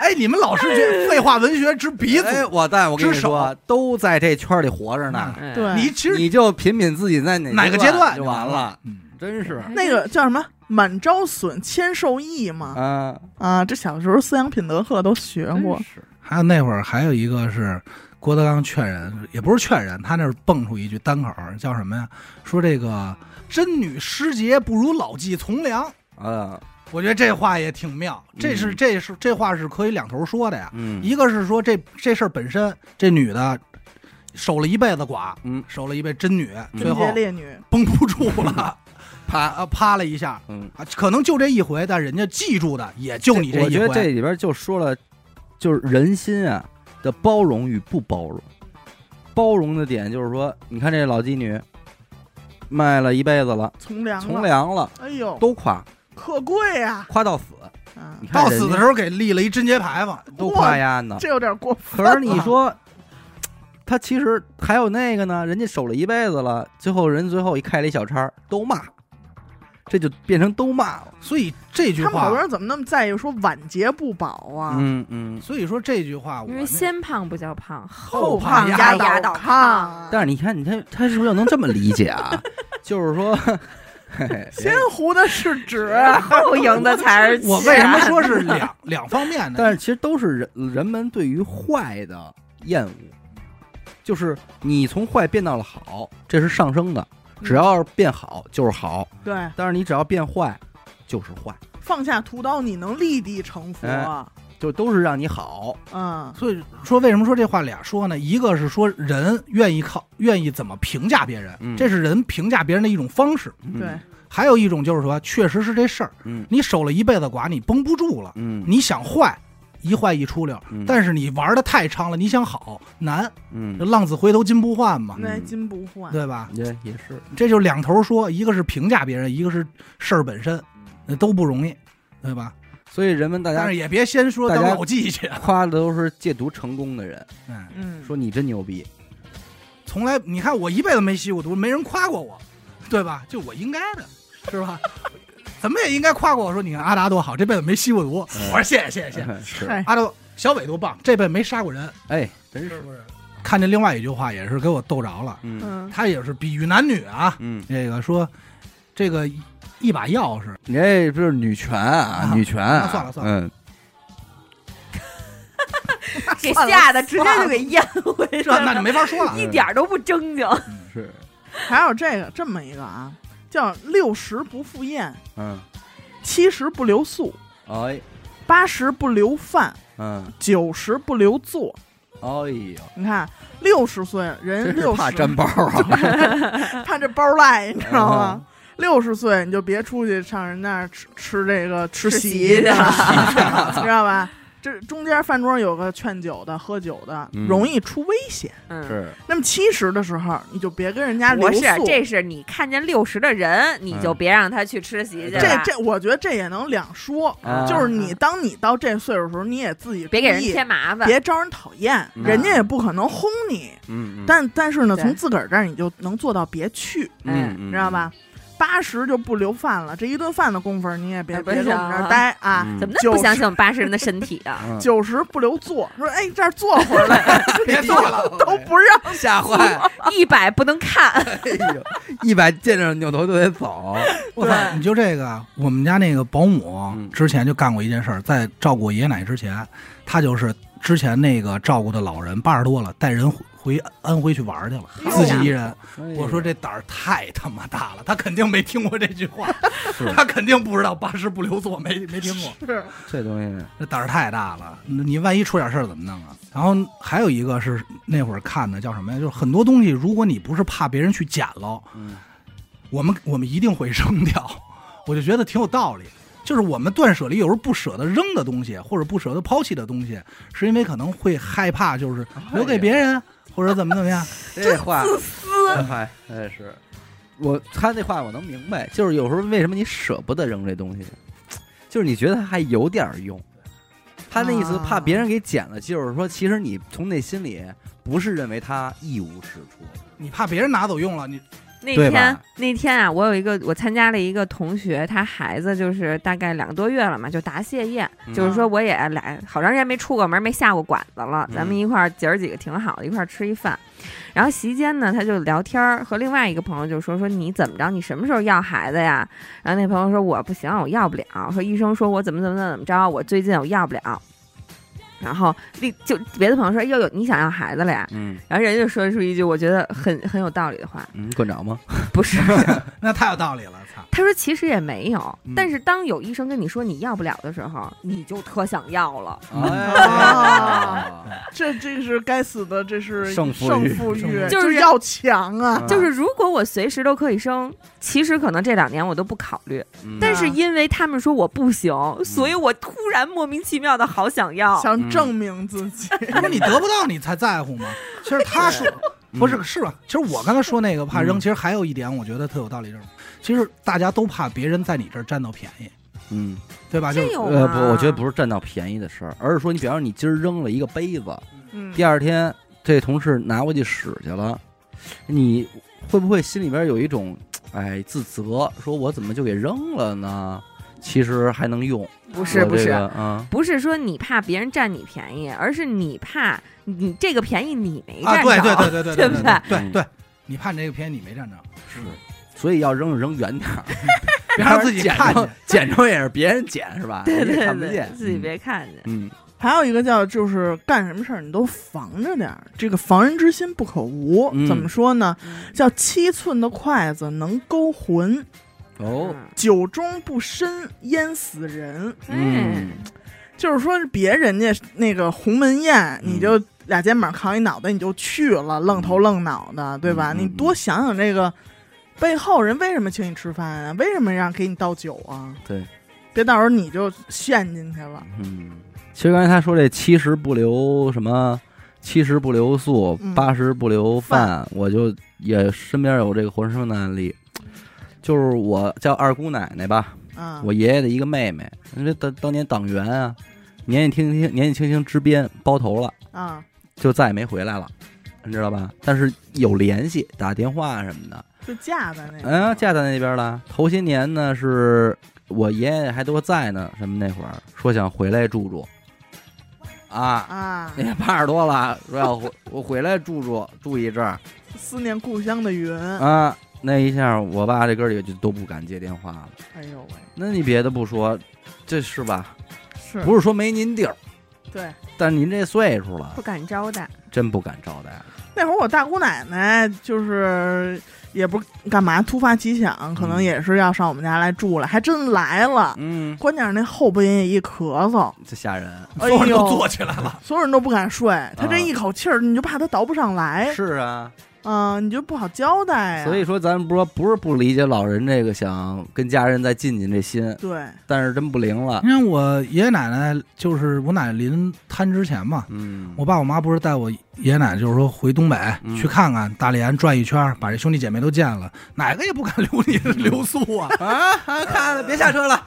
B: 哎，你们老是觉废话文学之鼻
A: 哎，
B: 祖，
A: 我但我跟你
B: 之首
A: 说，啊都在这圈里活着呢，
D: 哎
C: 对
B: 你其实
A: 你就品品自己在哪
B: 哪个阶段
A: 就完了，
B: 嗯
A: 真是
C: 那个叫什么“满招损，谦受益”嘛。
A: 啊，
C: 啊，这小时候思想品德课都学
A: 嗯
D: 真
C: 过。
D: 是
B: 还有那会儿还有一个是郭德纲劝人，也不是劝人，他那儿蹦出一句单口儿叫什么呀？说这个真女师节不如老骥从良。
A: 啊，
B: 我觉得这话也挺妙，这是
A: 嗯
B: 这是这话是可以两头说的呀。
A: 嗯
B: 一个是说这这事儿本身，这女的守了一辈子寡，
A: 嗯
B: 守了一辈真女，
A: 嗯
B: 最
C: 贞
B: 后
C: 洁烈女，
B: 绷不住了，
A: 啪，
B: 啊，啪了一下
A: 嗯，
B: 啊，可能就这一回，但人家记住的也就你
A: 我
B: 一
A: 觉得这
B: 回。
A: 里边就说了，就是人心啊的包容与不包容。包容的点就是说，你看这老妓女，卖了一辈子了，
C: 从良，
A: 从，良了，
C: 哎呦，
A: 都夸
C: 可贵啊！
A: 夸到死。
C: 啊
A: 你，看
B: 到
A: 人
B: 死的
A: 家
B: 时候给立了一贞洁牌坊，
A: 都夸呀呢。
C: 这有点过分
A: 可
C: 了。
A: 是你说，他其实还有那个呢，人家守了一辈子了，最后人最后一开了一小差儿，都骂，这就变成都骂了。
B: 所以这句
C: 他们好
B: 话
C: 多，人怎么那么在意说晚节不保啊？
A: 嗯嗯。
B: 所以说这句话，我
D: 因
B: 那
D: 为先胖不叫胖，
C: [laughs]
B: 后
D: 后
B: 胖
D: 胖
B: 压
D: 压
C: 倒
D: 倒炕。
A: 但是你看，你他他是不是又能这么理解啊？ [laughs] 就是说，嘿嘿
C: 鲜糊的是
D: [laughs]
C: 指，
D: 后赢的才是
B: 我为
D: [laughs]
B: 什么说是两 [laughs] 两方面呢？
A: 但是其实都是人人们对于坏的厌恶，就是你从坏变到了好，这是上升的，
B: 嗯
A: 只要是变好就是好，
C: 对，
A: 但是你只要变坏就是坏，
C: 放下屠刀，你能立地成佛。
A: 哎就都是让你好。
C: 嗯，
B: 所以说，为什么说这话俩说呢？一个是说人愿意靠愿意怎么评价别人，
A: 嗯
B: 这是人评价别人的一种方式；
C: 对，
B: 还有一种就是说，确实是这事儿，
A: 嗯
B: 你守了一辈子寡，你绷不住了，
A: 嗯，
B: 你想坏，一坏一出溜。
A: 嗯
B: 但是你玩的太长了，你想好难，
A: 嗯
B: 这，浪子回头金不换嘛，
C: 那金不换。
B: 对吧？
A: 也也是，
B: 这就两头说，一个是评价别人，一个是事儿本身，那都不容易，对吧？
A: 所以人们大
B: 但
A: 家
B: 是也别先说
A: 大
B: 当
A: 家
B: 老纪去，啊
A: 夸的都是戒毒成功的人，
B: 嗯，
C: 嗯，
A: 说你真牛逼，
B: 从来你看我一辈子没吸过毒，没人夸过我，对吧？就我应该的，是吧？ [laughs] 怎么也应该夸过我说，你看阿达多好，这辈子没吸过毒。
A: 嗯
B: 我说谢谢谢谢谢谢，
A: 是，
C: 哎
B: 阿达小伟多棒，这辈子没杀过人，
A: 哎，真是，
B: 不是？看见另外一句话也是给我逗着了，
A: 嗯
C: 嗯，
B: 他也是比喻男女啊，
A: 嗯，
B: 这个说这个一把钥匙，
A: 你这哎不是女权啊，
B: 啊
A: 女权啊，
B: 那算了算了
A: 嗯，
D: 给吓得直接
C: [laughs]
D: 就给咽回去
B: 这那就
D: 了，
B: 没法说了。
D: 一点儿都不正经。
A: 嗯是，
C: 还有这个这么一个啊，叫六十不赴宴，
A: 嗯，
C: 七十不留宿，
A: 哎，
C: 八十不留饭，
A: 嗯，
C: 九十不留坐。
A: 哎呦，
C: 你看，六十岁人
A: 真
C: 六
A: 是
C: 十
A: 怕粘包啊，
D: [laughs]
C: 怕这包赖，你知道
A: 嗯
C: 吗？六十岁你就别出去上人那儿吃吃这个吃
D: 吃
C: 席
D: 席
C: 去
D: 去 [laughs]
C: 了，知道吧？这中间饭桌有个劝酒的、喝酒的，
A: 嗯
C: 容易出危险。
D: 嗯，
A: [laughs] 是，
C: 那么七十的时候，你就别跟人家留
D: 不
C: 宿
D: 是。，啊这是你看见六十的人，你
A: 嗯
D: 就别让他去吃席去
C: 这
D: 了，
C: 这，我觉得这也能两说，
A: 啊
C: 就是你当你到这岁数的时候，你也自己
D: 别给人
C: 注意
D: 添麻烦。
C: 别招人讨厌，
A: 嗯
C: 人家也不可能轰你。
A: [laughs] 嗯，嗯
C: 但但是呢，
D: 对
C: 从自个儿这儿你就能做到别去，
A: 嗯，嗯
C: 知道？吧？八十就不留饭了，这一顿饭的功夫儿你也别
D: 哎不
C: 别跟
D: 行
C: 我们这儿待啊。
A: 嗯
D: 怎么那么不相信我们八十人的身体啊？
C: [laughs]
A: 嗯
C: 九十不留坐，说哎这儿坐会儿来，
B: 别做了，
C: 都不让。
A: [laughs] 吓坏，
D: 一百不能看， [laughs]
A: 哎呦，一百见着扭头就得走，
B: 我操！你就这个，我们家那个保姆
A: 嗯
B: 之前就干过一件事儿，在照顾我爷爷奶奶之前，她就是之前那个照顾的老人，八十多了，带人回回安徽去玩儿去了，
C: 呦
B: 自己一人。
A: 哎
B: 我说
A: 这。
B: 这胆儿太他妈大了，他肯定没听过这句话
A: 是，
B: 他肯定不知道八十不留座，没没听过，
C: 是，
A: 这东西，
B: 这胆儿太大了。你你万一出点事儿怎么弄啊？然后还有一个是那会儿看的叫什么呀？就是很多东西，如果你不是怕别人去捡喽，
A: 嗯
B: 我们我们一定会扔掉。 [laughs] 我就觉得挺有道理，就是我们断舍离有时候不舍得扔的东西，或者不舍得抛弃的东西，是因为可能会害怕，就是留给别
D: 哎
B: 人，或者怎么怎么样。
A: 嗯哎
B: [laughs]
A: 这话自私，哎，真是。我他那话我能明白，就是有时候为什么你舍不得扔这东西，就是你觉得它还有点用。他那意思
C: 啊
A: 怕别人给捡了，就是说其实你从内心里不是认为它一无是处，
B: 你怕别人拿走用了，你
D: 那
A: 对
D: 天
A: 吧
D: 那天啊，我有一个我参加了一个同学，他孩子就是大概两个多月了嘛，就答谢宴，
A: 嗯
D: 就是说我也来好长时间没出过门，没下过馆子了，
A: 嗯
D: 咱们一块儿姐儿几个挺好的，一块儿吃一饭。然后席间呢，他就聊天儿，和另外一个朋友就说说你怎么着，你什么时候要孩子呀？然后那朋友说我不行，我要不了。说医生说我怎么怎么怎么着，我最近我要不了。然后立就别的朋友说又有你想要孩子了呀？
A: 嗯
D: 然后人家就说出一句我觉得很很有道理的话， [laughs]
A: 嗯，馆长吗？
D: 不是，
B: 那太有道理了，操！
D: 他说其实也没有
A: 嗯，
D: 但是当有医生跟你说你要不了的时候，你就特想要了。
A: 哎
C: 这这是该死的，这是
A: 胜负欲
C: 胜负
B: 胜
C: 欲，
B: 负
D: 就是
C: 要强啊！
D: 就是如果我随时都可以生，其实可能这两年我都不考虑，
A: 嗯
D: [laughs] 但是因为他们说我不行，所以我突然莫名其妙的好想
A: 嗯
D: 要。
C: 想证明自己，
B: 不是你得不到你才在
D: [laughs]
B: 乎吗？其实他说
A: 嗯
B: 不是是吧？其实我刚才说那个怕扔，
A: 嗯
B: 其实还有一点，我觉得特有道理，就是其实大家都怕别人在你这儿占到便宜，
A: 嗯，
B: 对吧？就
D: 这
B: 是
D: 有
A: 呃，
D: 吗？
A: 不，我觉得不是占到便宜的事儿，而是说你，比方说你今儿扔了一个杯子，
C: 嗯
A: 第二天这同事拿回去使去了，你会不会心里边有一种哎自责，说我怎么就给扔了呢？其实还能用，
D: 不是
A: 我
D: 不
A: 这
D: 是
A: 个啊，
D: 不是说你怕别人占你便宜，而是你怕你这个便宜你没占
B: 啊，
D: 着。
B: 对对对对
D: [laughs]
B: 对
D: 对
B: 对
D: 不
B: 对
A: 嗯
D: 对
B: 对对，你怕你这个便宜你没占着，
A: 是，所以要扔就扔远点儿，
B: 别让自己
A: 捡
B: 看
A: 着
B: 见。
A: 捡着也是别人捡是吧？
D: 对
A: 人家
D: 对
A: 看不
D: 对
A: 见，，
D: 自己别看见。
A: 嗯
C: 还有一个叫就是干什么事儿你都防着点儿，这个防人之心不可无。
A: 嗯
C: 怎么说呢？叫七寸的筷子能勾魂，
A: 嗯哦
D: 嗯，
C: 酒中不深淹死人。
D: 哎
A: 嗯
C: 就是说别人家那个鸿门宴，
A: 嗯
C: 你就俩肩膀扛一脑袋你就去了，愣头愣脑的，对吧？
A: 嗯嗯
C: 你多想想这个背后人为什么请你吃饭啊？为什么让给你倒酒啊？
A: 对，
C: 别到时候你就陷进去了。
A: 嗯，其实刚才他说这七十不留什么，七十不留宿
C: 嗯，
A: 八十不留饭，我就也身边有这个活生生的案例，就是我叫二姑奶奶吧，
C: 啊，
A: 我爷爷的一个妹妹，因为当当年党员啊，年纪轻轻年纪轻轻支边包头了，
C: 啊，
A: 就再也没回来了。你知道吧？但是有联系，打电话什么的。
C: 就架在那个。
A: 嗯、嫁在那边了。头些年呢，是我爷爷还都在呢，什么那会儿说想回来住住，啊，
C: 啊，
A: 也八十多了，说要回我回来住住住一阵儿
C: 思念故乡的云。
A: 啊。那一下，我爸这哥几个就都不敢接电话了。
C: 哎呦喂，
A: 那你别的不说，这是吧？
C: 是
A: 不是说没您地儿，
C: 对。
A: 但您这岁数了
D: 不，敢招待。
A: 真不敢招待了。
C: 那会儿我大姑奶奶就是也不干嘛，突发奇想，可能
A: 嗯
C: 也是要上我们家来住了，还真来了。
A: 嗯，
C: 关键是那后半夜一咳嗽，
A: 这吓人。
C: 哎
B: [laughs] 所有人都
C: 呦
B: 坐，起来了，
C: 所有人都不敢睡。他这一口气儿，你就怕他倒不上来，
A: 是啊，
C: 嗯、你就不好交哎代呀。啊
A: 所以说咱们说不是不理解老人这个想跟家人再近近这心，
C: 对，
A: 但是真不灵了。
B: 因为我爷爷奶奶就是我奶奶临瘫之前嘛，
A: 嗯，
B: 我爸我妈不是带我爷爷奶奶，就是说回东北、
A: 嗯
B: 去看看大连转一圈儿，把这兄弟姐妹都见了，哪个也不敢留你留宿 [laughs] 啊！
A: 啊啊，看了，别下车了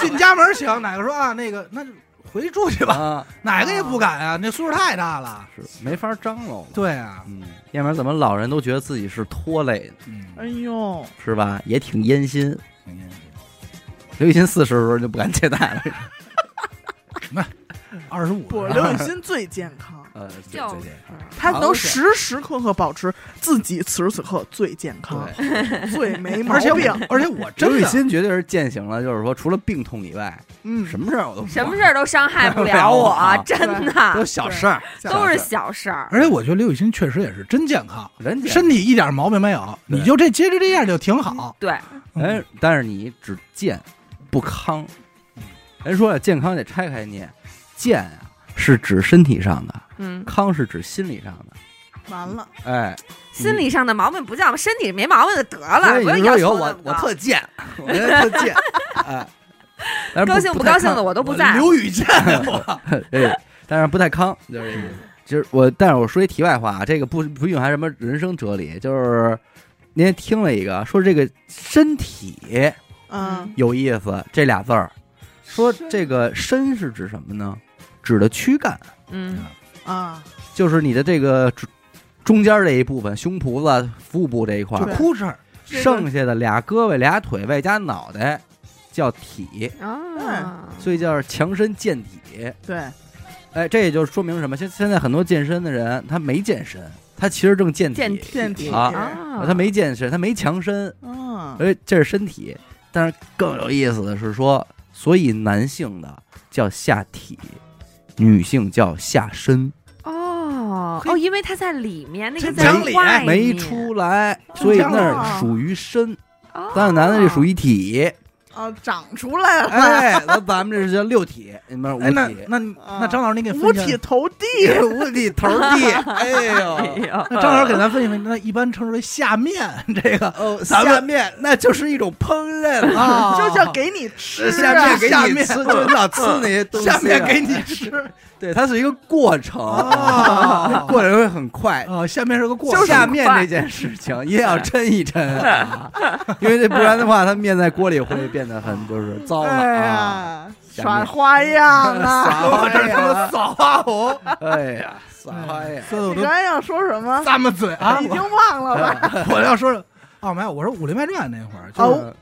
B: 进家门行，哪个说啊那个那就回住去
A: [laughs]
B: 吧，
A: 啊，
B: 哪个也不敢啊，那岁数太大了。
A: 是没法张罗了。
B: 对啊，
A: 嗯，要不然怎么老人都觉得自己是拖累呢
B: 嗯，
C: 哎呦，
A: 是吧？也挺烟心。刘雨欣四十的时候就不敢接待了。
B: 二十五，啊
C: 不，刘雨欣最健康，
A: [laughs] 呃，对
D: 就
A: 对
D: 是
A: 对，
C: 她
A: 好
C: 能时时刻刻保持自己此时此刻最健康、
D: [laughs]
C: 最
B: [laughs]
C: 没毛
B: 而且
C: 病。
B: 我而且我
A: 刘
B: 真
A: 雨
B: 的
A: 欣绝对是践行了，就是说除了病痛以外，
C: 嗯，
A: 什么事儿我都不
D: 什么
A: 管
D: 事儿啊都伤害不
A: [laughs] 不了
D: 了
A: 我
D: 我，真
A: 都
D: 的
A: 小事儿，
D: 都是小事
A: [laughs]
D: 儿。
B: 而且我觉得刘雨欣确实也是真健康，
A: 人家
B: 身体一点毛病没有，
A: 对
B: 你就这接着这样就挺好。嗯
D: 对，
A: 哎，但是你只健不康。人说呀，健康得拆开念，健啊是指身体上的，
D: 嗯，
A: 康是指心理上的。
C: 完了，
A: 哎，
D: 心理上的毛病不叫，身体没毛病就得了，
A: 所以
D: 不
A: 你
D: 用
A: 说
D: 要啊
A: 以后
D: 求
A: 我
D: 那么
A: 我
D: 高
A: 特贱， [laughs] 我觉得特贱，
D: [laughs]
A: 哎，但是
D: 高兴
A: 不
D: 高兴
A: 的
D: 的我都不在。
B: 刘雨欣，
A: 哎，但是不太康，就是这意思就是我，但是我说一题外话啊，这个不不蕴含什么人生哲理，就是那天听了一个说这个身体
C: 嗯，
A: 有意思这俩字儿，说这个身是指什么呢？指的躯干，
D: 嗯
C: 啊，
A: 就是你的这个主中间这一部分，胸脯子、腹部这一块
B: 就
A: 儿，
C: 对
B: 哭这儿，
C: 这个
A: 剩下的俩胳膊、俩腿外加脑袋叫体，
D: 啊，
A: 嗯所以叫强身健体。
C: 对，
A: 哎，这也就说明什么？现现在很多健身的人他没健身，他其实正健体，
D: 健体
C: 健体
A: 啊哎
D: 啊，
A: 他没健身，他没强身，
C: 啊，
A: 而且这是身体。但是更有意思的是说，所以男性的叫下体，女性叫下身，
D: 哦
B: 嘿
D: 哦，因为它在里面，那个
B: 真
D: 在
B: 讲理
D: 外面
A: 没出来，所以那儿属于身。
D: 哦
A: 但是男的这属于体，
C: 啊，长出来了，
A: 哎，那咱们这是叫六体，你们
B: 哎，那
A: 五体，
B: 那你
C: 啊
B: 那张老师，你给
C: 五
B: 分析
C: 体，投地，
A: 五体头地，
B: [laughs]
A: 哎
D: 哎
A: 呦。
D: 呦，
B: 那张老师给咱分析分析，那一般称之为下面这个
A: 哦，
B: 咱们
A: 下面那就是一种烹饪了，
B: 啊，
C: 就叫给你吃，啊
A: 啊下面给
B: 下
A: 你 [laughs]
B: 面
A: 吃，就老吃那些东西，啊
B: 下面给你吃
A: 对，它是一个过程，[laughs]
B: 啊
A: 过程会很快。
B: 啊，下面是个过
A: 就
B: 程，
A: 下面这件事情一定要抻一抻啊，因为这不然的话，它面在锅里会变得很就是糟了
C: 哎
A: 啊。
C: 呀，
A: 下
C: 耍
A: 面
C: 花样啊！
A: 撒
B: [laughs] 我
A: 花
B: 这他妈
A: 呀！
B: 扫花红，
A: 哎呀，撒花呀！
B: 说的我
C: 你
B: 都
C: 刚才要说什么？
B: 咂么嘴啊！
C: 已经
B: 我
C: 忘了吧？
B: 我要说哦，没有，我说《武林外传》那会儿，就
C: 哦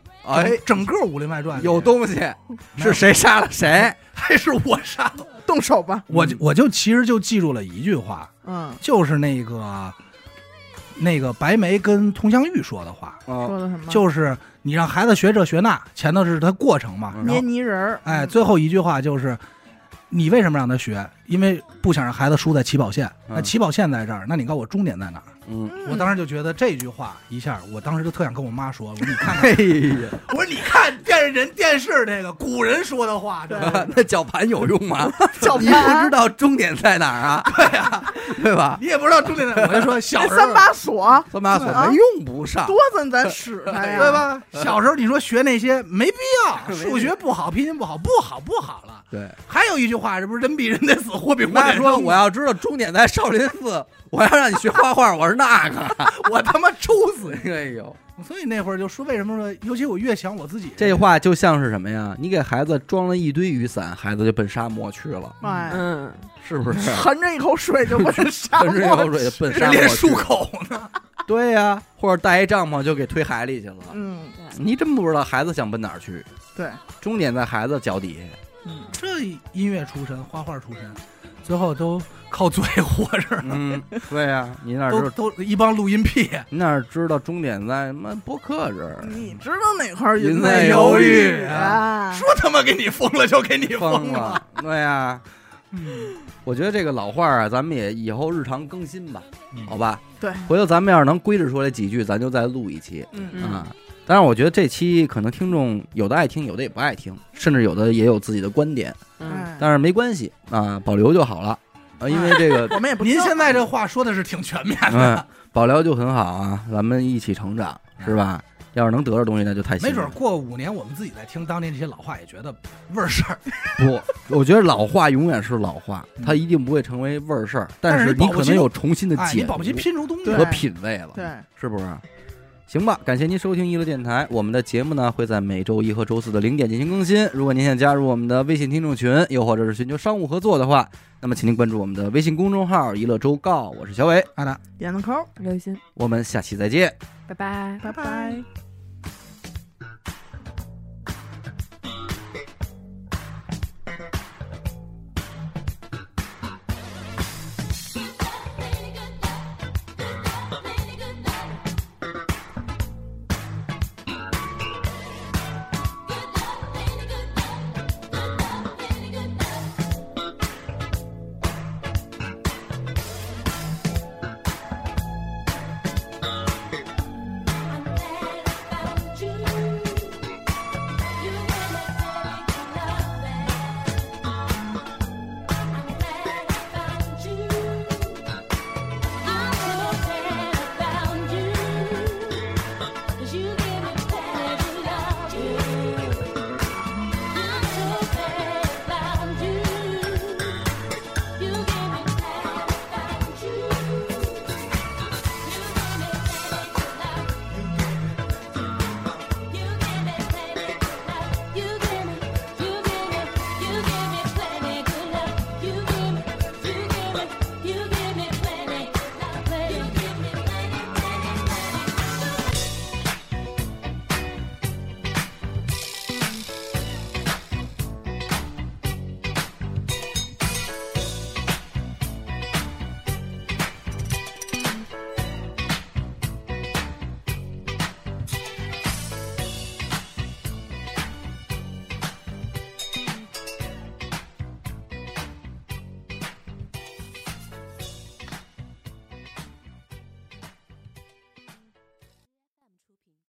B: 是
A: 哎，
B: 整个《武林外传》
A: 有
B: 动
A: 东西，是谁杀了谁？
B: 还是我杀
A: 嗯
B: 的？
C: 动手吧。
B: 我就我就其实就记住了一句话，
C: 嗯，
B: 就是那个那个白梅跟佟湘玉说的话，
A: 哦
C: 说的什
B: 嗯
C: 么？
B: 就是你让孩子学这学那，前头是他过程嘛，
A: 嗯
B: 然
C: 捏
B: 后
C: 泥人儿。
B: 哎，最后一句话就是。你为什么让他学？因为不想让孩子输在起跑线。那
A: 嗯
B: 起跑线在这儿，那你告诉我终点在哪儿？
A: 嗯，
C: 嗯
B: 我当时就觉得这句话一下，我当时就特想跟我妈说：“我说你看看
A: 哎呀，
B: [laughs] 我说你看电视人电视这个古人说的话，这
C: 对
A: [laughs] 那绞盘有用吗？
C: 绞
A: 你不
C: 盘
A: 知道终点在哪儿啊？ [laughs] 对呀，对吧？
B: 你也不知道中间的。我就说小时候
C: 三，把锁
A: 三把锁
C: 啊
A: 没用不上
C: 多，咱咱使
A: 哎
C: 它呀，
B: 对？吧？
A: 嗯
B: 小时候你说学那些没必
A: [laughs]
B: 要，数学不好，拼音不好，不好不好了。
A: 对。
B: 还有一句话，这不是人比人得死，货比货
A: 妈
B: 得
A: 说
B: 扔。
A: 我要知道终点在少林寺，我要让你学画画，我是那个。 [laughs]
B: 我他妈抽死你！ [laughs]
A: 哎呦，
B: 所以那会儿就说为什么说，尤其我越想我自己
A: 这话就像是什么呀？你给孩子装了一堆雨伞，孩子就奔沙漠去了，
C: 哎，
D: 嗯，
A: 是 [laughs] 不是？
C: 含着一口水就奔沙
A: 奔着
C: 漠
A: 口。水就奔
B: 是
A: 沙漠
B: 练
A: 去
B: 漱
A: 了。
B: 口呢。 [laughs]
A: 对呀、或者带一帐篷就给推海里去了。
C: 嗯，
A: 你真不知道孩子想奔哪儿去，
C: 对，
A: 终点在孩子脚底下。
C: 嗯，
B: 这音乐出身，画画出身，最后都靠嘴活
A: [laughs]
B: 着，
A: 嗯，对呀、你哪知
B: 都
A: 道？
B: 都一帮录音
A: [laughs]
B: 癖。
A: 你哪知道终点在什么博客这儿？
C: 你知道哪块儿
A: 云
C: 在
A: 在
C: 犹
A: 犹
C: 豫
A: 豫
C: 啊？
B: 说他妈给你封了就给你
A: 疯
B: 了，
A: 了，对呀、
B: 嗯，
A: 我觉得这个老话儿啊，咱们也以后日常更新吧，
B: 嗯
A: 好吧？
C: 对
A: 回头咱们要是能规制出来几句，咱就再录一期
C: 嗯
D: 嗯
A: 啊。当然，我觉得这期可能听众有的爱听，有的也不爱听，甚至有的也有自己的观点，
D: 嗯，
A: 但是没关系啊，保留就好了啊，因为这个
B: [laughs]
C: 我们也不
B: 您
C: 听
B: 现在这话说的是挺全面
A: 嗯
B: 的，，
A: 保留就很好啊，咱们一起成长，是吧？要是能得着东西，那就太幸
B: 嗯没
A: 运
B: 准
A: 了。
B: 过五年我们自己再听当年这些老话，也觉得呃味儿事儿。
A: 不，我觉得老话永远是老话，
B: 嗯
A: 它一定不会成为味儿事儿，
B: 但是
A: 是
B: 你保
A: 你
B: 不
A: 可
B: 齐
A: 能有重新的
B: 哎，你
A: 解
B: 保不齐
A: 读
B: 拼出东西
C: 对
A: 和
B: 来。
A: 品味了。
C: 对，
A: 是不是？啊行吧，感谢您收听娱乐电台。我们的节目呢会在每周一和周四的零点进行更新。如果您想加入我们的微信听众群，又或者是寻求商务合作的话，那么请您关注我们的微信公众号“娱乐周
B: 啊
A: 告”。我是小伟，
B: 好的，
C: 点子抠，
D: 刘鑫，
A: 我们下期再见。
D: 拜拜。
C: 拜
B: 拜拜
C: 拜。